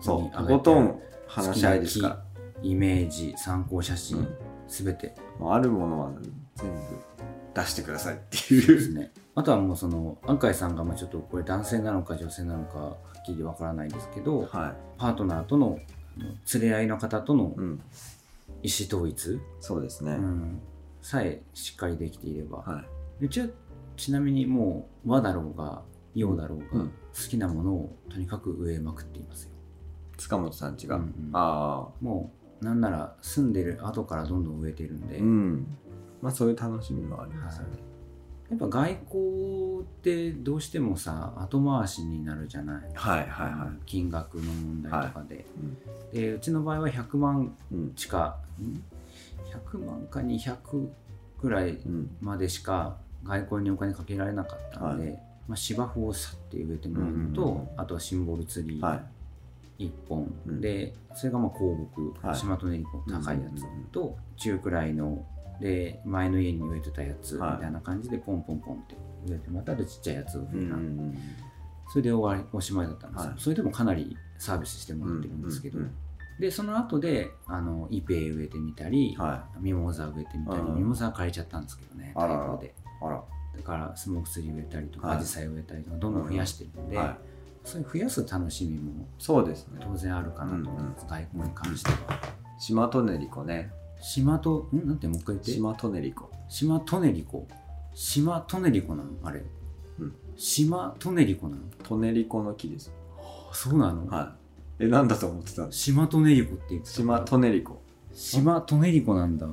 そう
あ
と
げて
ことん話し合いですから
イメージ参考写
う
真
ん
すべて
もうあるものは全部出してくださいって
で
い
す
う
ね。あとはもうその安海さんがまあちょっとこれ男性なのか女性なのかはっきりわからないですけど、
は
パートナーとのあの連れ合いの方との
い、うん、
意思統一、
そうですね、
うんさえしっかりできていれば、
は
うちはちなみにもう和だろうが洋だろうが、
うん
好きなものをとにかく植えまくっていますよ、
い、塚本さんちが、
うんうん
ああ
もうなんなら住んでる後からどんどん植えてるんで、
うんまあそういう楽しみもありますよね、
やっぱ外交ってどうしてもさ後回しになるじゃない、
はい、はいはいはい
金額の問題とかで、
うん
でうちの場合は100万
うん
しかん100万か200くらい
うん
までしか外交にお金かけられなかったんで、
は
まあ、芝生をさって植えてもらうのと、
うんうんうん
あとはシンボルツリ
は
ー
い
1本、
うん
でそれがまあ高木、
はい
島とね1本高いやつと、中くらいので前の家に植えてたやつみ
はい
たいな感じでポンポンポンって植えてもらったらちっちゃいやつを
う
増え
ん
た、
うん
それで終わりおしまいだったんですよ、
はい
それでもかなりサービスしても
う
らっ
ん
てるんですけど、
うん
でその後であのイペイ植えてみたり、
は
ミモザ植えてみたり、
うん
ミモザは枯れちゃったんですけどね
あらら
台風で
いあら
だからスモークツリー植えたりとか
はい
アジサイ植えたりとかどんどん増やしてるんで、
はい、
そういう増やす楽しみも
そうですね
当然あるかなと思います、大根に関しては。
島トネリコね
島とんなんてもう一回言って島
島トネリコ
トネリコ島トネリコなのあれ、
うん
島トネリコなの
トネリコの木です
あそうなの、
はいえなんだと思ってたんです
島トネリコって言ってた
島トネリコ
島トネリコなんだ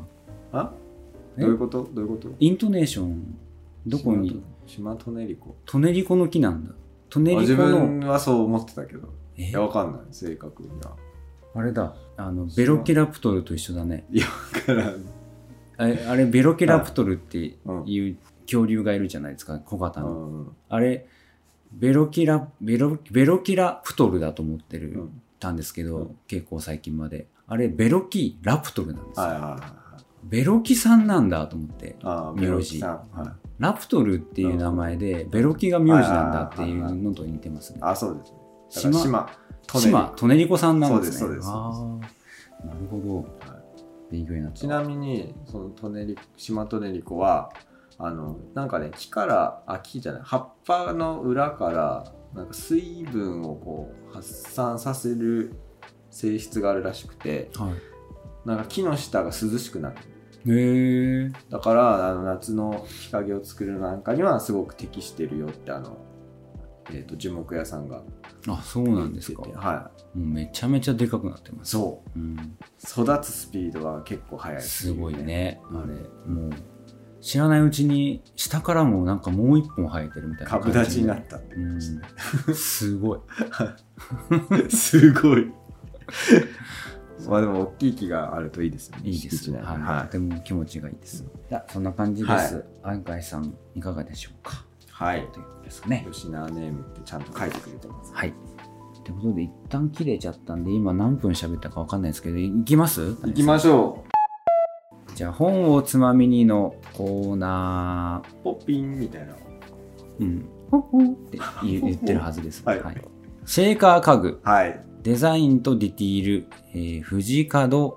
あ
え
どういうことどういうこと
イントネーションどこに
島トネリコ
トネリコの木なんだトネリ
あ自
コの
分はそう思ってたけど
え
いやわかんない正確に
[laughs]
は
あれだあのベロキラプトルと一緒だね
だから
あれあれベロキラプトルって
うん
いう恐竜がいるじゃないですか小型
う
の、
ん
あれベロキラベロベロキラプトルだと思ってる、
うん
ったんですけど、
うん
結構最近まであれベロキラプトルなんですよ、
はいはいはい
ベロキさんなんだと思って
ああ
名字
名字さんはい
ラプトルっていう名前でベロキが名字なんだっていうのと似てますね
あそうですねだから
島
島トネリ
島トネリ
コ
コさんなんですね
そうです
あ
そ
ーなるほど、
は
勉強になった
ちなみにそのトネリ島トネリコはあのなんかね木からあ木じゃない葉っぱの裏からなんか水分をこう発散させる性質があるらしくて
はい、
なんか木の下が涼しくなる
へえ
だからあの夏の日陰を作るなんかにはすごく適してるよってあの、えー、と樹木屋さんが
あそう
言
なんですか
ってて
も
は
うめちゃめちゃでかくなってま
い、
す、
そう
ん、
う育つスピードは結構速いって
す
う
ごいね
うん
あれもう知らないうちに下からもなんかもう一本生えてるみたいな感
株
じ
立ちになったって
う
感じ
ん、すごい
[laughs] すごい。まあでも大きい木があるといいですよね。
いいで
敷地
すね、
内
はい
は
とても気持ちがいいです、じゃあそんな感じです、アンカイさんいかがでしょうか
い。はい
ということですかね
吉永ネームってちゃんと書いてくれてます。
はいということで一旦切れちゃったんで今何分喋ったかわかんないですけどいきます
行きましょ
じゃあ本をつまみにのコーナ
う。ポッピンみたいな。
ーうんほっほって言う言ってるはずです、
はい
シェーカー家具
はい。
デザインとディティール、えー藤門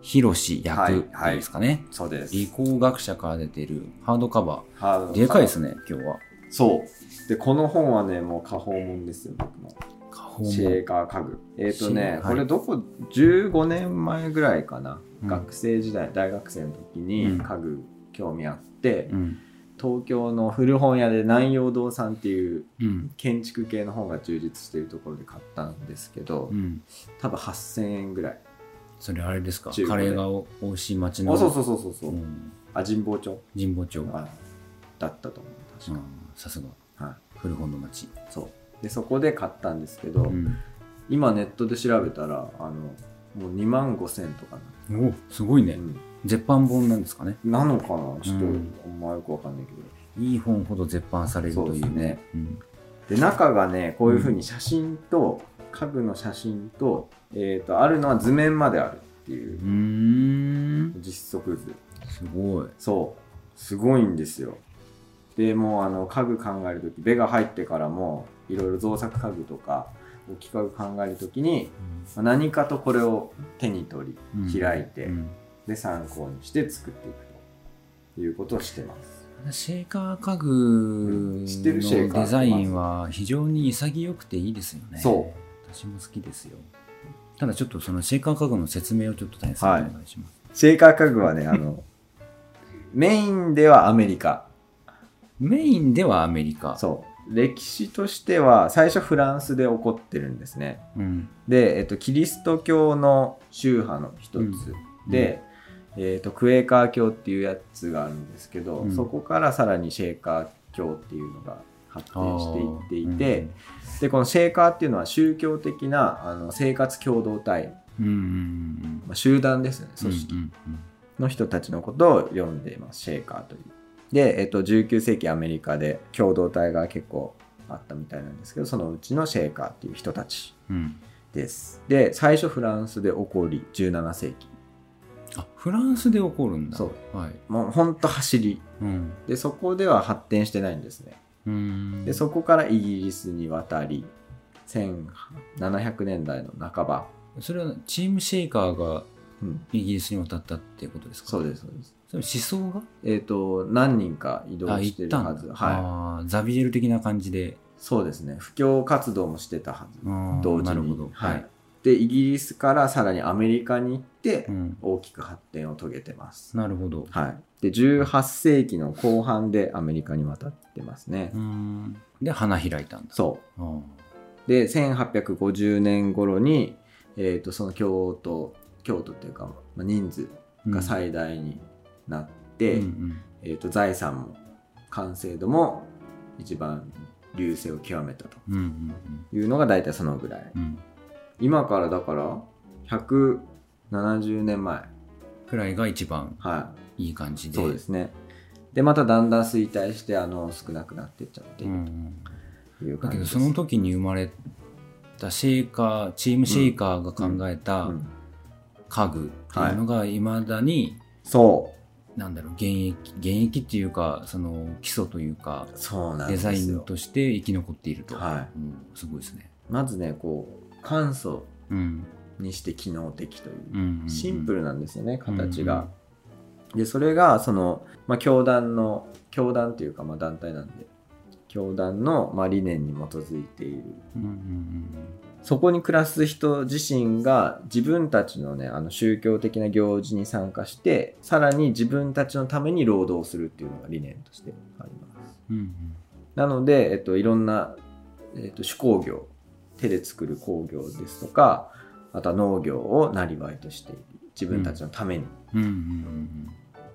博士役
はいはい
ですかね、
そうです。
理工学者から出てるハードカバ
ハード
ー
な
でかいですね今日は
そう。で、この本はね、もう家宝もんですよ、僕も。
下方も
シェーカー家具。えっ、と
シェー
ね、
はい
これどこ、15年前ぐらいかな。
うん
学生時代、大学生の
う
時
ん
に家具興味あって、
うん
東京の古本屋で南陽堂さんっていう
うん
建築系の本が充実しているところで買ったんですけど、
うん
多分8000円ぐらい
それあれですか
中
カ
古で
レーが美味しい町の
あそうそうそうそうそう、
うん
あ神保町
神保町
あだったと思う確
う
か、
んさすが
はい
古本の町
そうでそこで買ったんですけど、
うん
今ネットで調べたらあのもう2万5000とかな、
おすごいね
うん
絶版本なんですかね
なのかなちょっと、
うん
あんまよくわかんないけど
いい本ほど絶版されるという
そうです
ね
ね
うん
で中がねこういうふうに写真と、家具の写真と,、えー、とあるのは図面まであるっていう
うーん
実測図
すごい
そうすごいんですよでもうあの家具考える時ベが入ってからもいろいろ造作家具とか置き家具考える時にまあ何かとこれを手に取
うん
り開いて、
うん
で参考にして作っていくということをしてます
シェーカー家具
知ってるシェー
の
カー
デザインは非常に潔くていいですよね。。
そう
私も好きですよ。ただちょっとそのシェーカー家具の説明をちょっと大切
はい
にお願いします。
シェーカー家具
[laughs]
はねあのメインではアメリカ
メインではアメリカ。
そう歴史としては最初フランスで起こってるんですね
うん
で、えっと、キリスト教の宗派の一つで、えっと、クエーカー教っていうやつがあるんですけど、
うん
そこからさらにシェーカー教っていうのが発展していっていて、でこのシェーカーっていうのは宗教的なあの生活共同体、
うんうんうん
まあ、集団ですね組織、
うんうん
の人たちのことを読んでいますシェーカーという。で、えっと、19世紀アメリカで共同体が結構あったみたいなんですけどそのうちのシェーカーっていう人たち
うんうん
です。で最初フランスで起こり17世紀
あフランスで起こるんだ
そう
はい
もうほんと走り
うん
でそこでは発展してないんですね。
うん
でそこからイギリスに渡り1700年代の半ば、
それはチームシェイカーが
うん、
イギリスに渡ったっていうことですか
そうですそうです。
それ思想
えっ、と、何人か移動
があ
し
行
て
っ
る
た
は
ん
ず。
だ、
は
あーザビエル的な感じで
い。そうですね。布教活動もしてたはず。
あー
同時
なるほ
に
ど。
はい。で、イギリスからさらにアメリカに行って
う、ん、
大きく発展を遂げてます。
なるほど
はい。で、18世紀の後半でアメリカに渡ってますね
う。んで花開いたんだ
そ
あー
う。で、1850年頃に、えっ、と、その京都、京都っていうか、まあ、人数が最大になって、
うんうん
えー、と財産も完成度も一番流星を極めたと
うんうんうん
いうのが大体そのぐらい
うん
今からだから170年前
くらいが一番
はい
い感じ
い
で
そうですねでまただんだん衰退してあの少なくなっていっちゃって
うんうん
いる
だ
感
け
じ
ど
です
その時に生まれたシェイカーチームシェイカーが考えた
うん
家具っていうのがいまだに、
そ
なんだろう現役現役っていうかその基礎というか
うそうなん
デ
ですよ
ザインとして生き残っていると、
は
うんすごいですね、
いまずねこう簡素
うん
にして機能的という
うんうんうん、
シンプ
ル
ルなんですよね形が。でそれがその、まあ、教団の教団というかまあ団体なんで教団のまあ理念に基づいている
うんうんうん
そこに暮らす人自身が自分たちのねあの宗教的な行事に参加してさらに自分たちのために労働するっていうのが理念としてあります。
うんうん
なので、えっと、いろんな、えっと、手工業手で作る工業ですとかあとは農業を生りとしている自分たちのために。
うんうんうん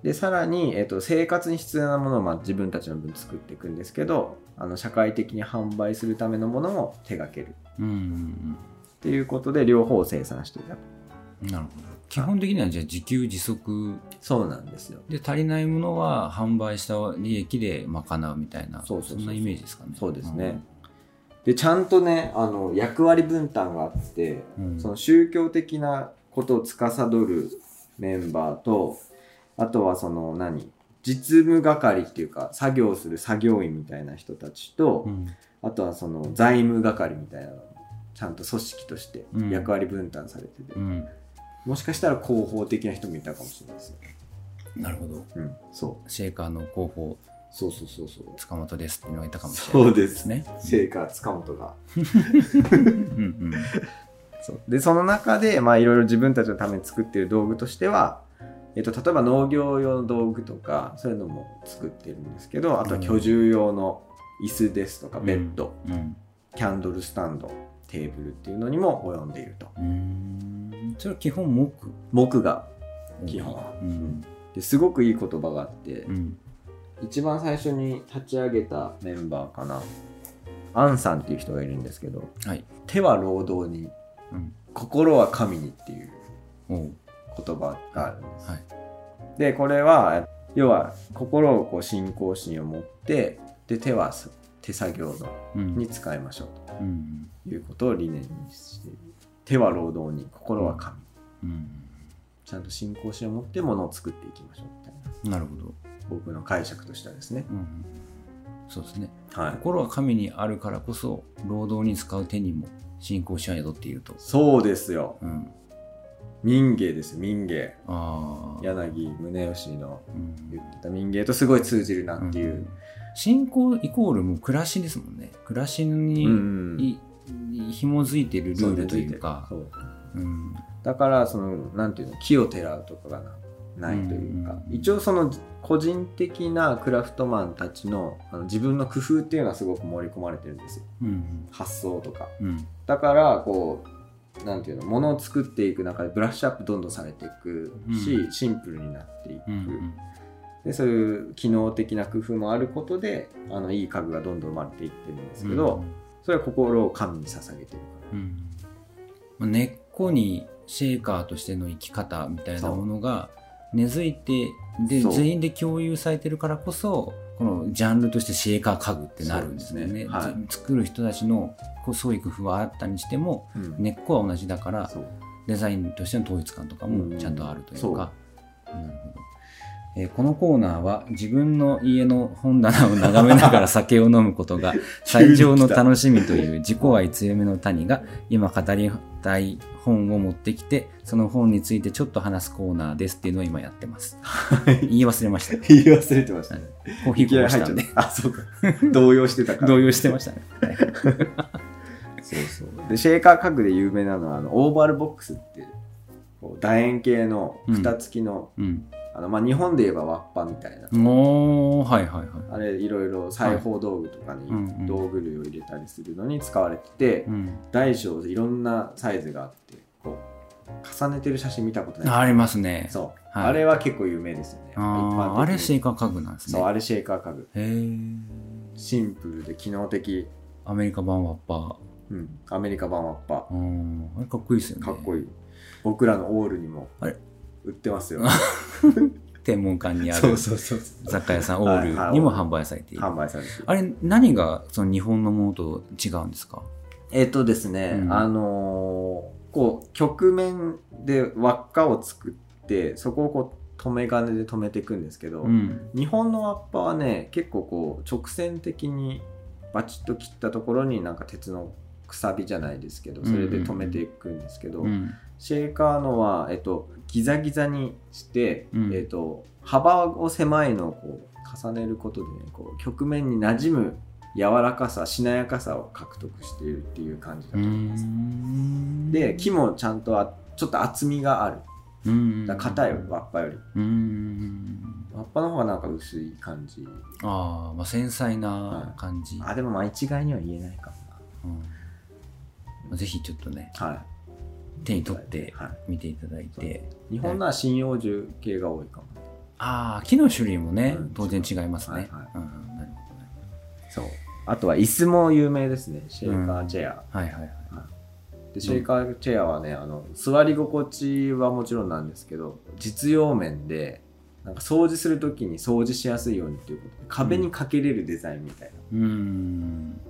でさらに、えっと生活に必要なものを、まあ、自分たちの分作っていくんですけどあの社会的に販売するためのものも手掛ける
うんうん
っていうことで両方生産していた
うんなるほど基本的にはじゃあ自給自足
そうなんですよ
で足りないものは販売した利益で賄うみたいな
そうそうそう
そんなイメージですかね
そうですね、でちゃんとねあの役割分担があって
うん
その宗教的なことを司るメンバーとあとはその何実務係っていうか作業する作業員みたいな人たちと、
うん
あとはその財務係みたいなのもちゃんと組織として
うん
役割分担されてて、
うん
もしかしたら広報的な人もいたかもしれないですよ、
なるほど
うん、そう
シェイカーの候補
そうそうそうそう
塚本ですっていうのがいたかもしれない
そうで
ですすね
成果塚本が
うん
そうでその中でまあいろいろ自分たちのために作ってる道具としては、えっと、例えば農業用の道具とかそういうのも作ってるんですけどあとは居住用の椅子ですとか
うん
ベッド、
うんうん
キャンドルスタンドテーブルっていうのにも及んでいると
うーんそれは基本木
木が基本
うん
ですごくいい言葉があって、
うん
一番最初に立ち上げたメンバーかなアンさんっていう人がいるんですけど
はい
手は労働に
うん
心は神にっていう
おう
言葉があるんです、
はい
でこれは要は心をこう信仰心を持ってで手はす手作業の
うん
に使いましょう
うん
ということを理念にしている手は労働に心は神、
うん
ちゃんと信仰心を持ってものを作っていきましょうみたいな
なるほど
僕の解釈としてはですね、
うんそうですね
はい、
心は神にあるからこそ労働に使う手にも信仰しは宿っていると
そうですよ
うん
民芸です民芸
ああ
柳宗悦の
うん、
言ってた民芸とすごい通じるなっていううん
信仰イコールもう暮らしですもんね暮らしに、
うん
い紐づいてるル
そう
ールというか
そう
うん
だからそのなんていうの木をてらうとかがなないという
うん
か
うん、うん
一応その個人的なクラフトマンたちのあの自分の工夫っていうのはすごく盛り込まれてるんですよ
うん
発想とか
うんうん
だからこうなんていうのものを作っていく中でブラッシュアップどんどんされていくし、
う
シンプルになっていく、
うんうん
でそういう機能的な工夫もあることであのいい家具がどんどん生まれていってるんですけど、それは心を神に捧げてるか
うんまあ根っこにシェーカーとしての生き方みたいなものが根付いてで
そう
全員で共有されてるからこそこのジャンルとしてシェーカー家具ってなるんですよ
そうで
ね
すねはい
ず作る人たちのこう創意工夫はあったにしても
ら、うん
根っこは同じだから
そう
デザインとしての統一感とか
う
も
ん
ちゃんとあるというか、なるほどえーこのコーナーは自分の家の本棚を眺めながら酒を飲むことが最上の楽しみという自己愛強めの谷が今語りたい本を持ってきてその本についてちょっと話すコーナーですっていうのを今やってます言い忘れま
[laughs]
した
[laughs] 言い忘れてましたね
コーヒ
い
ーこ
きな
ぼし
り入ったち
ん
ゃっ
で
たあそうか動揺してたか
[laughs]
ら
動揺してましたね、はい
そうそうでシェーカー家具で有名なのはあのオーバルボックスってこう楕円形の蓋付きの,、
うん、
あのまあ、日本で言えばわっぱみたいな、
おーはいはいはい
あれいろいろ裁縫道具とかに
うんうん
道具類を入れたりするのに使われてて、
うん、
大小いろんなサイズがあってこう重ねてる写真見たことない
ありますね
そう、
はい
あれは結構有名ですよね
あーあれシェ
ー
ーカー家具なんですね
そうあれシェーカー家具
へえ。
シンプルで機能的、
アメリカ版ワッパ
うん、アメリカ版ワッパ
ー。うん。あれかっこいいですよね。
かっこ
いい。
いい僕らのオールにも
あれ
売ってますよ [laughs]
天文館にあ
そ
る
うそうそう
雑貨屋さん、オ
はい
ー
は
ル
い
にも販売されている。
販売されてる
あれ、何がその日本のものと違うんですか
えっ、とですね、
うん
あのーこう曲面で輪っかを作ってそこをこう留め金で留めていくんですけど、
うん。
日本の輪っぱはね結構こう直線的にバチッと切ったところになんか鉄のくさびじゃないですけどそれで留めていくんですけど、
うん。
シェーカーのは、えっと、ギザギザにして、
うん
えっと、幅を狭いのをこう重ねることでねこう曲面に馴染む柔らかさしなやかさを獲得しているっていう感じだ
うー
と思います。
ん
で木、もちゃんとあちょっと厚みがある
うん。
だから硬い輪っぱより
うん。
輪っぱの方がなんか薄い感じ
ああ、まあ繊細な感じ。
あでもまあ一概には言えないかも
うんまあぜひちょっとね、
な、はい、
手に取って
は
見ていただいて。
い、日本のは針葉樹系が多いかも
ああ、木の種類もね
うん、
当然違いますね。
はいはい
うんうんなるほどね
そうあとは椅子も有名ですねシェーカーチェア、
はいはいはい。
でシェイカーチェアはねあの座り心地はもちろんなんですけど実用面でなんか掃除する時に掃除しやすいようにっていうことで壁にかけれるデザインみたいな、
うーん。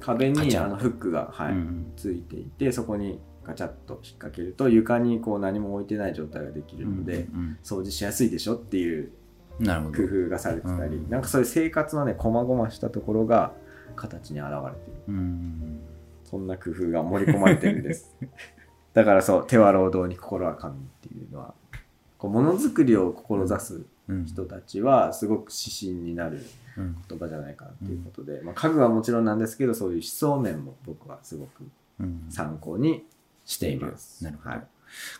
壁
ガ
に
チャ
あのフックが、はい
うん
ついていてそこにガチャッと引っ掛けると床にこう何も置いてない状態ができるので、
うん
掃除しやすいでしょっていう
うんなるほど
工。夫がされてたり、
うん
なんかそういう生活のね細々したところが形に現れている
うん。
そんな工夫が盛り込まれてる
[laughs]
んです。だからそう、手は労働に心は神っていうのは、こうものづくりを志す
うん
人たちは、すごく指針になる
うん
言葉じゃないかなということで、まあ、家具はもちろんなんですけど、そういう思想面も僕はすごく
うん
参考にしています。
なるほど
はい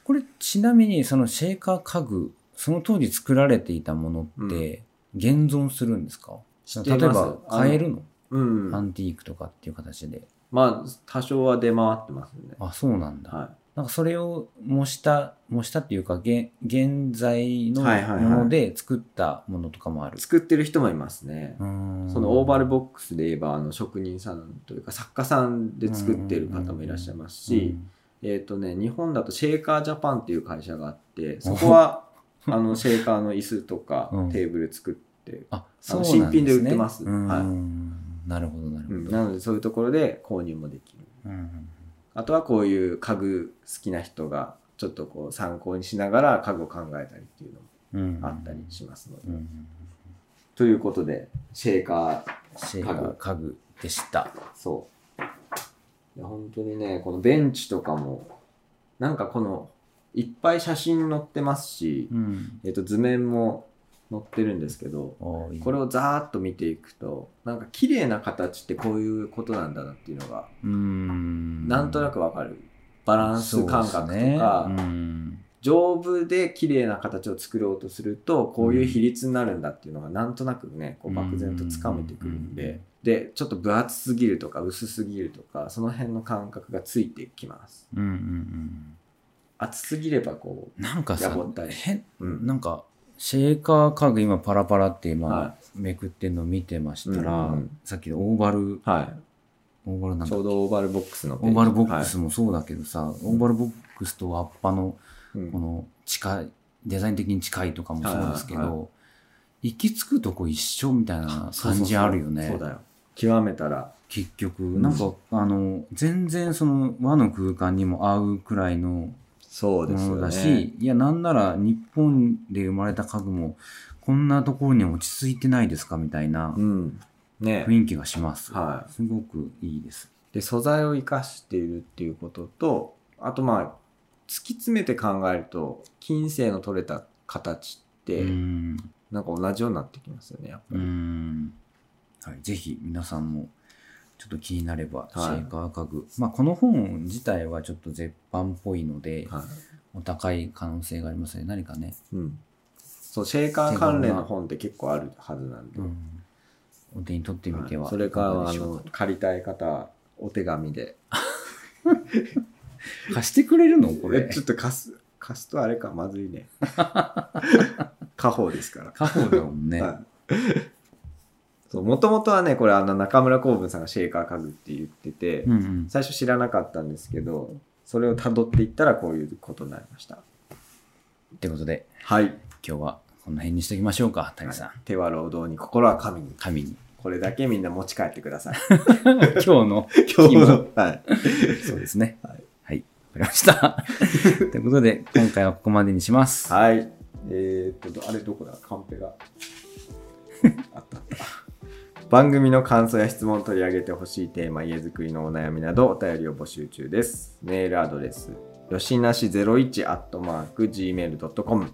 これちなみにそのシェーカー家具その当時作られていたものって現存するんですか、
って
例
ま
え
す
ば買えるの
うん
ア。ンティークとかっていう形で
まあ、多少は出回ってますね。
あそうなんだ、
は
なんかそれを模した模したっていうか現現在の
はいはいはい
もので作ったものとかもある
い、、作ってる人もいますね。
うん
そのオーバルボックスで言えばあの職人さんというか作家さんで作ってる方もいらっしゃいますし、えっ、とね、日本だとシェーカージャパンっていう会社があって、そ
[laughs]
こは、あの、シェーカーの椅子とか
うん
テーブル作って、
あ
あ
そう
の
なんです、ね、
新品で売ってます
うん
はい
なるほどなるほ
う
ど、
んなのでそういうところで購入もできる。
うん
あとはこういう家具好きな人が、ちょっとこう参考にしながら家具を考えたりっていうの
うん
もあったりしますので。
うん
ということで、シェーカー、
シェーカー家具でした。
そう。いや、本当にね、このベンチとかも、なんかこの、いっぱい写真載ってますし、
うん。
えっと図面も載ってるんですけど
おーいい
これをざーっと見ていくとなんか綺麗な形ってこういうことなんだなっていうのが
うーん
なんとなくわかるバランス感覚と
そう
か、
ですねうん
丈夫で綺麗な形を作ろうとするとこういう比率になるんだっていうのがなんとなくねこう漠然とつかめてくるん
うんうんう
で
ん
でちょっと分厚すぎるとか薄すぎるとかその辺の感覚がついてきます
うんうんうん
厚すぎればこ
なんか
や
さ
ぼったい
変
う、うん
なんかシェーカー家具今パラパラって
は
今めくってんの見てましたら、
うんうん
さっきのオーバル
は、
オーバルないん
ち
だ
ょうどオーバルボックスのペー
オ
ジ
ーバルボックスもそうだけどさ、オーバルボックスとアッパの
はいうん
この近いデザイン的に近いとかもそうですけど、
はいはい
行き着くとこ一緒みたいな感じあるよね
そうそうそうそうだよ極めたら
結局
ん
なんか、あの全然その和の空間にも合うくらいの
そうで
も
すよ
の
ね
だし、いやなんなら日本で生まれた家具もこんなところに落ち着いてないですかみたいな
うんね
雰囲気がします、
はい
すごくいいです
で素材を生かしているっていうこととあとまあ突き詰めて考えると近世の取れた形って
うん
なんか同じようになってきますよねやっぱ
う
り、
ん、はい、ぜひ皆さんもちょっと気になれば
は
シ
い
ェーカー家具、まあ、この本自体はちょっと絶版っぽいので、
はい
お高い可能性がありますね何かね、
うん、そうシェイカー関連の本って結構あるはずなんで、
うん、お手に取ってみては、
それか
いが
らあ
でしょう
の借りたい方お手紙で
貸してくれるのこ
え
れ
ちょっと貸す貸すとあれかまずいね
[laughs]
家宝ですから
家宝だもんね、
[laughs] もともとはねこれあの中村公文さんがシェイカー家具って言ってて、
うんうん
最初知らなかったんですけどそれを辿っていったらこういうことになりました
ってことで
はい
今日はこの辺にしておきましょうか谷さん、
手は労働に心は神に
神に [laughs]
これだけみんな持ち帰ってください
今日の
今日の、はい、
そうですね
はい
はいわかりました [laughs] ということで今回はここまでにします
はい。えーっと、あれどこだカンペが。あったあった番組の感想や質問を取り上げてほしいテーマ、家づくりのお悩みなどお便りを募集中です。メールアドレス、よしなし01アットマーク gmail.com、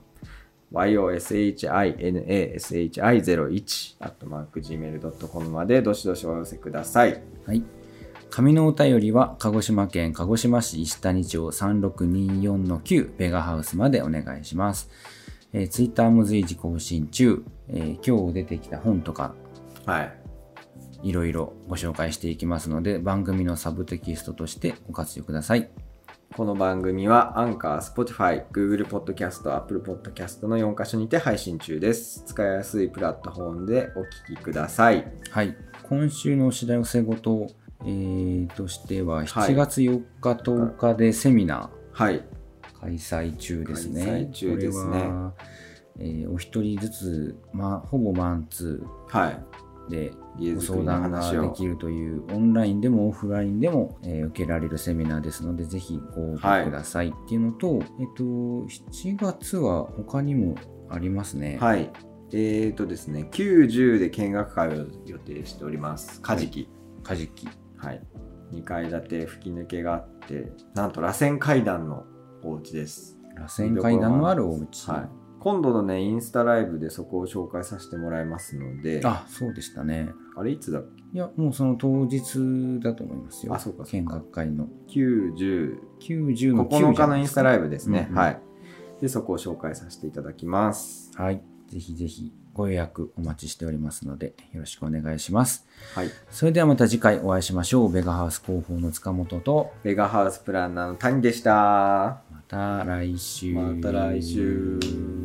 yoshinasi01 アットマーク gmail.com までどしどしお寄せください。
はい。紙のお便りは、鹿児島県鹿児島市石谷町3624-9ベガハウスまでお願いします。えー、ツイッターも随時更新中、えー今日出てきた本とか、
はい。
いろいろご紹介していきますので、番組のサブテキストとしてご活用ください。
この番組はアンカー、Spotify、Google Podcast、Apple Podcast の4箇所にて配信中です。使いやすいプラットフォームでお聞きください。
はい。今週のお知らせ事、えーとしては、
はい
7月4日、10日でセミナー、
はい。
開催中ですね。
開催中ですね
これはえーお一人ずつ、まあ、ほぼマンツー、
はい。
で
家
ご
づく
相
りの
談が
話
で
を
き。るというオンラインでもオフラインでも、えー受けられるセミナーですのでぜひご応
は
募
い
くださいっていうのと、えっと7月は他にもありますね、
はい。えーとですね、90で見学会を予定しております。カジキ。
カジキ
はい。2階建て吹き抜けがあって、なんと螺旋階段のお家です。
螺旋階段のあるお家、
はい。今度のね、インスタライブでそこを紹介させてもらいますので、
あそうでしたね
あれいつだっけ
いやもうその当日だと思いますよ
あそうかそうか
見学会の
90
90の
9日のインスタライブですね、
うんうん
はいでそこを紹介させていただきます
はいぜひぜひご予約お待ちしておりますのでよろしくお願いします
はい
それではまた次回お会いしましょうベガハウス広報の塚本と
ベガハウスプランナーの谷でした
また来週。
また来週